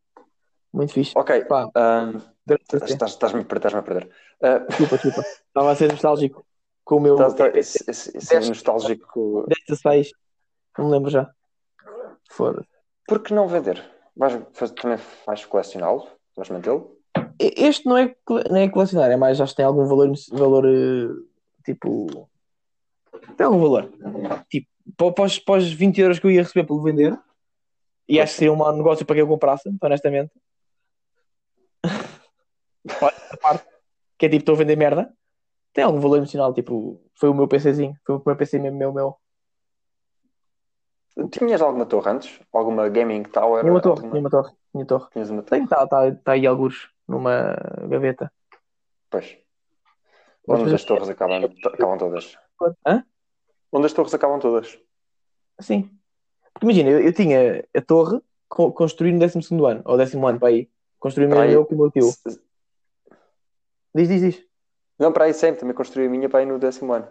Muito fixe.
Ok,
Pá,
ahm,
desculpa,
estás- estás-me a perder, estás-me a perder. Ah,
desculpa. Estava a ser nostálgico com o meu
estás- estás- esse- esse- esse
Dez.
nostálgico.
16. Não me lembro já. Foda-se.
Por que não vender? Vais, faz- também vais colecioná-lo? Vais mantê-lo?
E- Este não é, cole- não é colecionar, é mais, acho que tem algum valor, valor eh, tipo. Tem algum valor. Tipo, pa- para os, para os 20 euros que eu ia receber pelo vender, e acho que seria um mau negócio para que eu comprasse, honestamente. Olha, essa parte, que é tipo, estou a vender merda. Tem algum valor emocional, tipo, foi o meu PCzinho, foi o meu PC mesmo, meu, meu.
Tinhas alguma torre antes? Alguma gaming tower?
Minha torre,
Alguma-
minha torre, minha torre.
Tinhas uma torre?
Tem, está tá, tá aí alguns numa gaveta.
Pois.
Mas
Onde
depois-
as torres acabam, acabam todas?
Hã?
Onde as torres acabam todas?
Sim. Porque imagina, eu, eu tinha a torre co construí no 12 ano, ou décimo ano, para aí. Construí
Para
mesmo
aí.
eu com o meu tio. Diz, diz, diz.
Não, para aí sempre, também construí a minha para aí no décimo ano.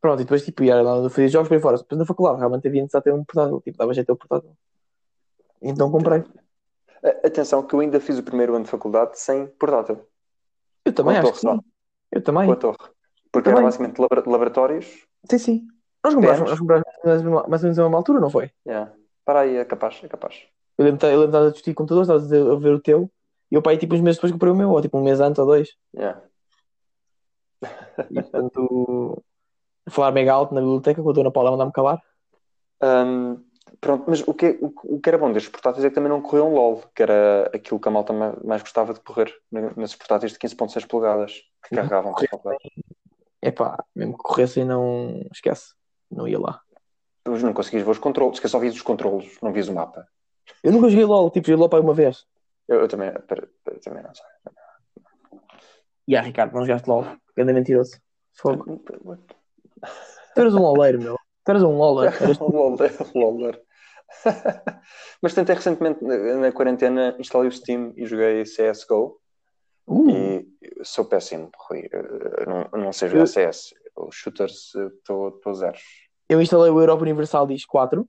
Pronto, e depois tipo, ia lá, eu fazia jogos para aí fora. Depois na faculdade realmente havia necessidade de ter um portátil, tipo, dava jeito ao portátil. Então comprei.
A- Atenção que eu ainda fiz o primeiro ano de faculdade sem portátil,
Eu também
Com a
acho que
torre
sim. Eu também.
com a torre. Porque
Também.
era basicamente labora- laboratórios.
Sim, sim. Nós compramos,
Temos.
nós compramos mais ou menos- mais ou menos na mesma altura, não foi?
Yeah. Para aí, é capaz, é capaz.
Eu lembro eu lembro de estar a discutir computadores, estás a dizer- a ver o teu. E eu, pai, tipo, uns meses depois comprei o meu, ou tipo, um mês antes ou dois.
Yeah.
E, portanto, a falar mega alto na biblioteca, com a dona Paula a mandar-me calar.
Ahm, Hum, pronto, mas o que, é- o, que- o que era bom destes portáteis é que também não corriam LOL, que era aquilo que a malta ma- mais gostava de correr ne- nesses portáteis de 15.6 polegadas que
Não
carregavam para a faculdade.
Epá, mesmo que corresse não esquece, não ia lá.
Mas não conseguias ver os controles, que eu só vias os controles, não vias o mapa.
Eu nunca joguei LOL, tipo, joguei LOL para uma vez.
Eu, eu também, pera- eu também não sei.
E ah, Ricardo, não jogaste LOL. Ganda mentiroso. Fogo. Tu eras um LOLeiro, meu. Tu eras um LOLer. Eras-
Lolder, Lolder. Mas tentei recentemente, na na quarentena, instalei o Steam e joguei CSGO
Uh,
e sou péssimo, Rui. Eu eu Eh, não, eu não sei jogar
Eu-
CS. Eu os shooters estou a zeros.
Eu instalei o Europa Universal Disc 4.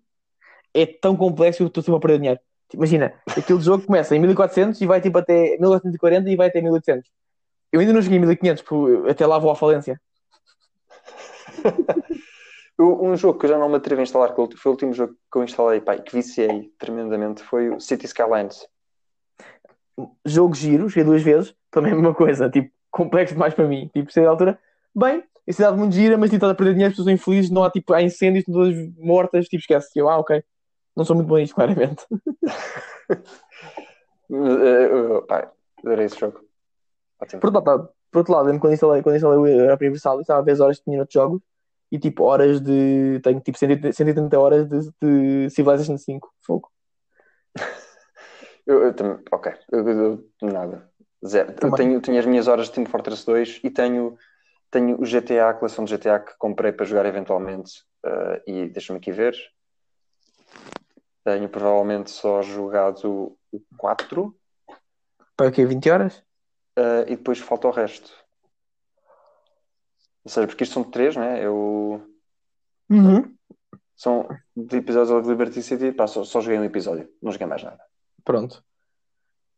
É tão complexo que eu estou sempre a perder dinheiro. Tipo, Imagina, aquele jogo começa em 1400 e vai tipo até 1840 e vai até 1800. Eu ainda não cheguei em 1500, porque até lá vou à falência.
Eu- Um jogo que eu já não me atrevo a instalar, que foi o último jogo que eu instalei pá, e que viciei tremendamente, foi o City Skylines.
Jogo giro, cheguei duas vezes, também é a mesma coisa, tipo, complexo demais para mim. Tipo, sei da altura, bem, a cidade muito gira, mas tipo, estás a perder dinheiro, as pessoas são infelizes, não há tipo, há incêndios, estão todas mortas, tipo, esquece. Eu, ah, ok. Não sou muito bom nisto, claramente.
Mas, eh, eu- pá, adorei esse jogo. Ótimo.
Por outro lado, por outro lado lembro quando instalei, quando instalei o Europa Universal, estava a ver as horas que tinha noutros jogos e tipo horas de. Tenho tipo 180 180 horas de, de Civilization 5. Fogo.
Eu, eu também, ok, eu, eu- eu- nada. Zero. Eu
Também.
tenho, tenho as minhas horas de Team Fortress 2 e tenho, tenho o GTA, a coleção de GTA que comprei para jogar eventualmente. eh, e deixa-me aqui ver. Tenho provavelmente só jogado o 4
Para o quê? 20 horas?
eh, e depois falta o resto. Ou seja, porque isto são três, né? Eu,
Uhum.
são de episódios of Liberty City, pá, só, só joguei um episódio, não joguei mais nada.
Pronto.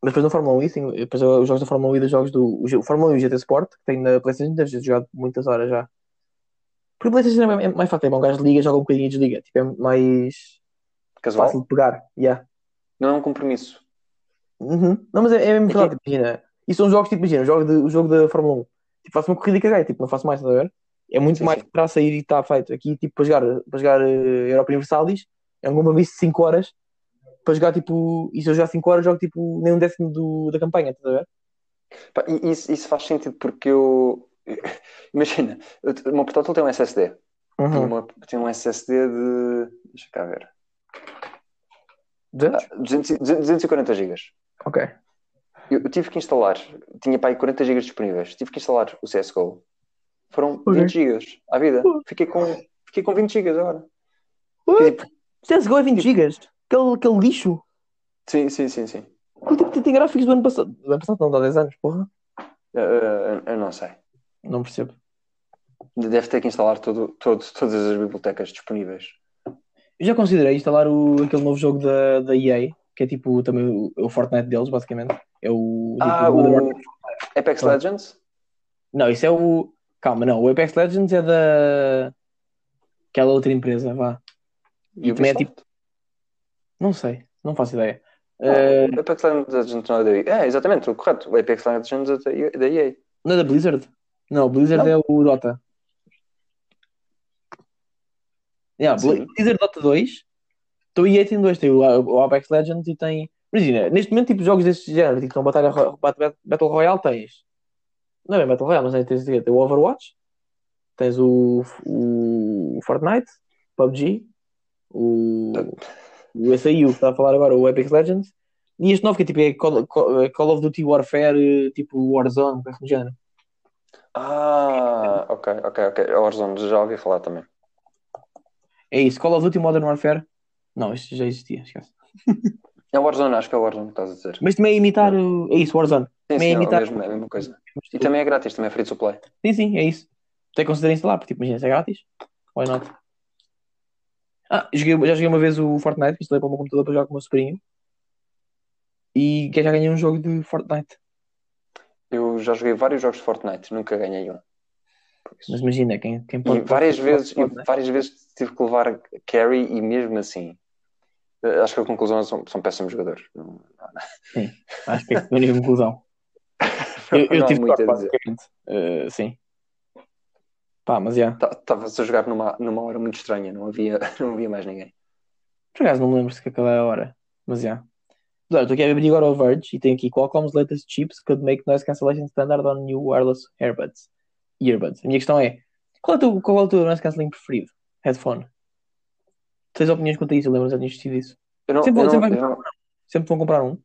Mas depois na Fórmula 1, e sim, depois os jogos da Fórmula 1 e dos jogos do. O G- Fórmula 1 e o GT Sport, que tem na PlayStation, deve ter jogado muitas horas já. Porque o PlayStation é mais- é mais fácil, é bom, o gajo liga, joga um bocadinho e desliga. Tipo, é mais
Casual?
fácil de pegar. Yeah.
Não é um compromisso.
Uhum. Não, mas é, é mesmo
Aqui-
verdade, imagina. E são jogos, tipo, imagina, o jogo, de- o jogo da Fórmula 1. Tipo, faço uma corrida e caguei, tipo, não faço mais, estás a ver? É muito
Sim,
mais
sim.
para sair e está feito. Aqui, tipo, para jogar, para jogar eh, Europa Universalis, é um compromisso de 5 horas. Para jogar, tipo, e se eu jogar 5 horas, jogo, tipo, nem um décimo do, da campanha, estás a ver?
Pá, e isso, isso faz sentido porque eu. Imagina, eu te- o meu portátil tem um SSD. Tem,
Uhum. Tipo,
uma- tem um SSD de. Deixa cá ver.
200?
Ah, 200 e- 240 GB.
Ok.
Eu, eu tive que instalar, tinha para aí 40 GB disponíveis, tive que instalar o CSGO. Foram
Ok.
20 GB à vida.
Pô.
Fiquei com, fiquei com 20 GB agora.
Ui,
Tipo,
CSGO é 20 gigas? Aquele, aquele lixo?
sim, sim, sim, sim.
Aquele tipo de tem gráficos do ano passado. Do ano passado, não, dá 10 anos, porra.
Eu, eu- eu não sei.
Não percebo.
Deve ter que instalar todo, todo, todas as bibliotecas disponíveis.
Eu já considerei instalar o, aquele novo jogo da, da EA, que é tipo também o, o Fortnite deles, basicamente. É o. Tipo,
Ah,
Modern
o
Warfare.
Apex
Ah.
Legends?
Não, isso é o. Calma, não. O Apex Legends é da. Aquela outra empresa, vá. E também é
Ubisoft? Ah.
Não sei, não faço ideia. Eh,
O Apex Legends não é da EA. É, exatamente, o correto. O Apex Legends é da EA- da EA.
não é da Blizzard? Não, Blizzard
Não.
é o Dota. Yeah, Bli-
Sim.
Blizzard Dota 2. Então EA tem dois, tem o, o Apex Legends e tem. Imagina, neste momento, tipo, jogos desse género, tipo, são batalha, ro- bat- bat- Battle Royale, tens. Não é bem Battle Royale, mas aí tens, tens o Overwatch, tens o, o Fortnite, PUBG, o. o esse aí, o que está a falar agora, o Apex Legends. E este novo que é tipo é Call, Call- Call of Duty Warfare, eh, tipo Warzone, coisa do género.
Ah, ok, ok, ok. Warzone, já ouvi falar também.
É isso, Call of Duty Modern Warfare. Não, isto já existia, esquece.
É Warzone, acho que é Warzone que estás a dizer.
Mas também é imitar o. É isso, Warzone.
Sim,
Também
sim, é,
é
o
imitar-
mesmo, é a mesma coisa. E também é grátis, também é free to play.
Sim, sim, é isso. Até considero instalar, porque tipo, imagina, se é grátis. Why not? Ah, joguei- já joguei uma vez o Fortnite, instalei para o meu computador para jogar com o meu sobrinho. E que já ganhei um jogo de Fortnite.
Eu já joguei vários jogos de Fortnite, nunca ganhei um. Por isso.
Mas imagina, quem, quem
E
pode.
várias
pode-
vezes, e
pode, né?
várias vezes tive que levar carry e mesmo assim. eh, Acho que a conclusão é que são, são péssimos jogadores. Não,
Acho que é a única conclusão. Eu, eu
tipo- não há
tive
muito
sorte,
a dizer.
basicamente. Eh, sim. Pá, mas já.
Estava-se a jogar numa, numa hora muito estranha, não havia, não havia mais ninguém.
Por acaso não me lembro se que aquela é a hora. Mas já. Olha, estou aqui a abrir agora o Verge e tem aqui Qualcomm's latest chips could make noise cancellation standard on new wireless earbuds. Earbuds. A minha questão é: qual é o teu, qual é o teu noise cancelling preferido? Headphone. Tens opiniões quanto a isso? Eu lembro-me já tinha discutido isso.
Eu não,
Sim,
eu
você
não-
vai-
eu não-
Sempre vão comprar um.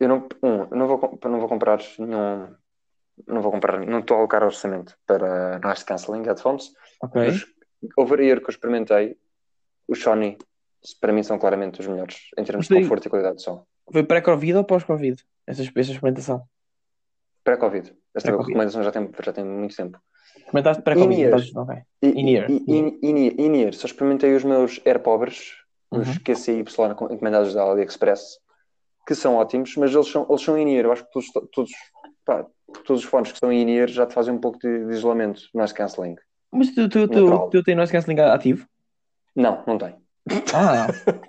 Eu não, um, eu não vou, com- eu não vou comprar nenhum. Não vou comprar, não estou a alocar orçamento para noise cancelling headphones.
Ok.
Os over-ear que eu experimentei, os Sony, para mim são claramente os melhores em termos de
Sim.
conforto e qualidade de som.
Foi pré-Covid ou pós-Covid? Essa, essa experimentação.
Pré-Covid. Esta
Pré-Covid.
recomendação já tem, já tem muito tempo.
Comentaste pré-Covid.
In-ear.
comentaste- ok.
E-
In-ear.
e- In in-ear. In-ear. Só experimentei os meus AirPods, os
Uhum.
QCY com- encomendados da AliExpress, que são ótimos, mas eles são, eles são in-ear. Eu acho que todos, todos, pá, todos os fones que são in-ear já te fazem um pouco de, de isolamento, noise cancelling.
Mas tu, tu,
Natural.
tu, tu tens noise cancelling ativo?
Não, não tem.
Ah,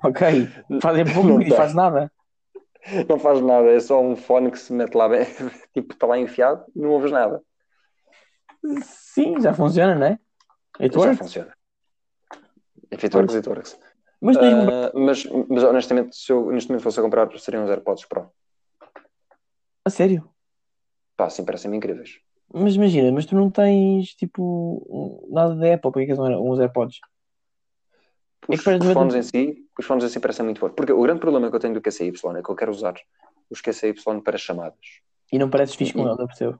ok. Fazem pouco
Não
e
tem.
faz nada.
Não faz nada, é só um fone que se mete lá, bem- tipo, está lá enfiado, não ouves nada.
Sim, já funciona, não é? It
Já
works.
funciona. If it works, it works.
Mas tens um...
Ah, mas, mas honestamente, se eu neste momento fosse a comprar, seriam os AirPods Pro. Ah.
A sério?
Pá, sim, parecem-me incríveis.
Mas imagina, mas tu não tens, tipo, nada da Apple. Porque é que são uns AirPods? É
Os,
que parece
os
mesmo-
fones em si, os fones em si parecem muito fortes. Porque o grande problema que eu tenho do QCY é que eu quero usar os QCY para chamadas.
E não pareces fixe com ela, percebo.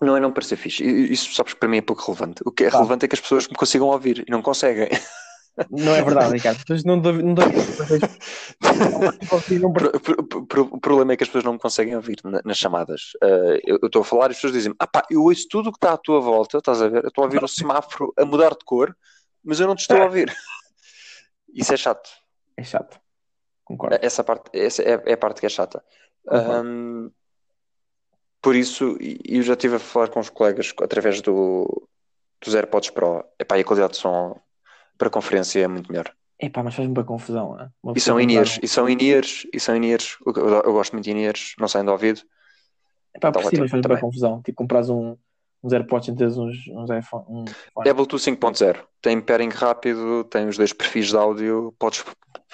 Não é não parecer fixe. I- Isso sabes que para mim é pouco relevante. O que é
Tá.
relevante é que as pessoas me consigam ouvir e não conseguem.
Não é verdade, Ricardo. Mas não dou... Não dou... não percebo.
Pro- pro- pro- pro- O problema é que as pessoas não me conseguem ouvir na- nas chamadas. Ah, eu eu estou a falar e as pessoas dizem: Ah, pá, eu ouço tudo o que está à tua volta, estás a ver? Eu estou a ouvir um semáforo a mudar de cor, mas eu não te estou a ouvir. Isso é chato.
É chato. Concordo.
Essa parte essa é, é a parte que é chata.
Concordo.
Ahm, por isso, e- eu já estive a falar com os colegas através do, dos AirPods Pro. Epá, e a qualidade de som para conferência é muito melhor.
Epá, mas faz-me uma confusão, né? Uma
E são
pessoa
in-ears,
comprar um-
e são in-ears, e são in-ears. Eu, eu- eu gosto muito de in-ears, não saem do ouvido.
Epá,
Tá
por si,
ótimo,
mas faz-me
tá
uma
bem.
confusão. Tipo, compras um, uns AirPods e tens uns, uns iPhone. Um...
É Bluetooth 5.0. Tem pairing rápido, tem os dois perfis de áudio, podes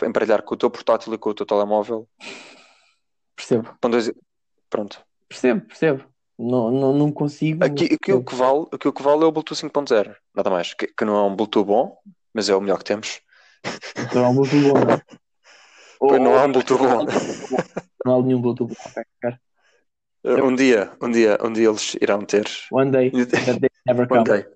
emparelhar com o teu portátil e com o teu telemóvel.
Percebo,
Com dois... Pronto.
percebo, percebo. Não, não, não consigo. mas
Aqui, aqui
percebo.
o que vale, aqui o que vale é o Bluetooth 5.0, nada mais. Que, que não é um Bluetooth bom, mas é o melhor que temos.
Não há um Bluetooth bom, não é?
Pois não há
Ou-
um Bluetooth bom.
não há nenhum Bluetooth bom. ok, cara.
Um dia, um dia, um dia eles irão ter.
One day, that day never
One
comes.
day.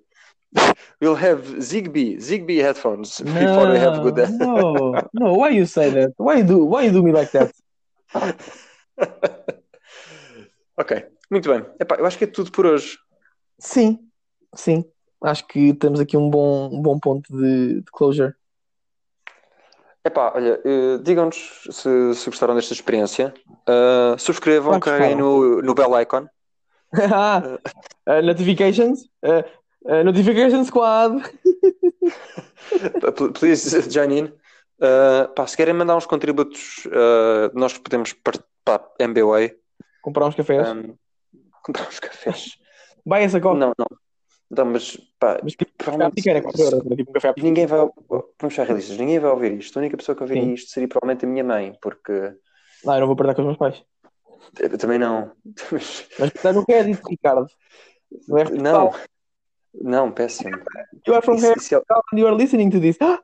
We'll have Zigbee, Zigbee headphones before we have
No,
good.
no, no, why you say that? Why you do, why you do me like that?
Ok, muito bem. Epá, eu acho que é tudo por hoje.
Sim, sim. Acho que temos aqui um bom, um bom ponto de, de closure.
Epá, olha, eh, digam-nos se, se gostaram desta experiência. Eh, subscrevam,
Claro que
carreguem no, no bell icon.
Ah, uh, notifications, uh, uh, notification squad.
P- Please join in. Uh, pá, se querem mandar uns contributos, uh, nós podemos para a MBWay
Comprar uns cafés.
um, comprar uns cafés.
Vai essa coca.
Não, não. Não, mas pá,
Mas que café à
provavelmente
picanha, 4 euros. né? Tipo um café à picanha.
ninguém vai. Vamos ser realistas, ninguém vai ouvir isto. A única pessoa que ouviria
Sim.
isto seria provavelmente a minha mãe, porque
Não, eu não vou perder com os meus pais.
eu também não.
Mas está no Reddit, Ricardo. No RTP.
Não, não,
É
péssimo.
You are from
Isso-
Reddit
isso é-
and you are listening to this. Ah,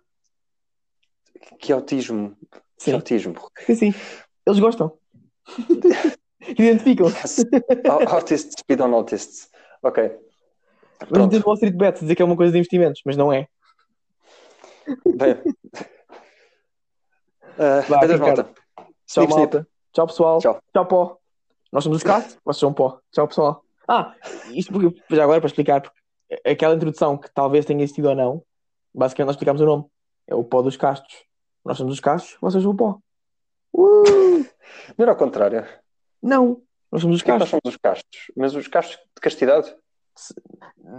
que autismo, que
sim,
autismo.
sim, sim. Eles gostam. Identificam-se.
Au- Autists, speed on autists. Ok.
Vamos
Pronto.
dizer Wall Street Bets, dizer que é uma coisa de investimentos, mas não é.
Bem. Uh,
Vá,
Ah,
Ricardo.
adeus, malta.
Tchau,
Snip, snip.
malta. Tchau, pessoal.
Tchau.
pó. Nós somos os Cat, vocês são um pó. Tchau, pessoal. Ah, isto porque, já agora para explicar, porque aquela introdução que talvez tenha existido ou não, basicamente nós explicámos o nome. É o pó dos castos. Nós somos os castos, vocês são o pó. Uh,
Não era ao contrário.
não, nós somos os
Porque
castos.
nós somos os castos. Mas os castos de castidade?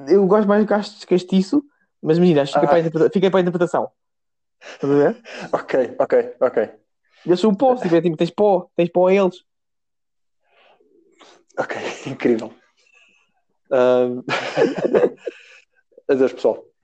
Eu gosto mais do castos castiço, mas imagina, acho que fica,
Ah.
para a interpreta- fica para a interpretação. Estás a ver?
Ok, ok, ok.
Eu sou o pó, se tiver tipo, tens pó, tens pó a eles.
Ok, incrível. Ah, adeus, pessoal.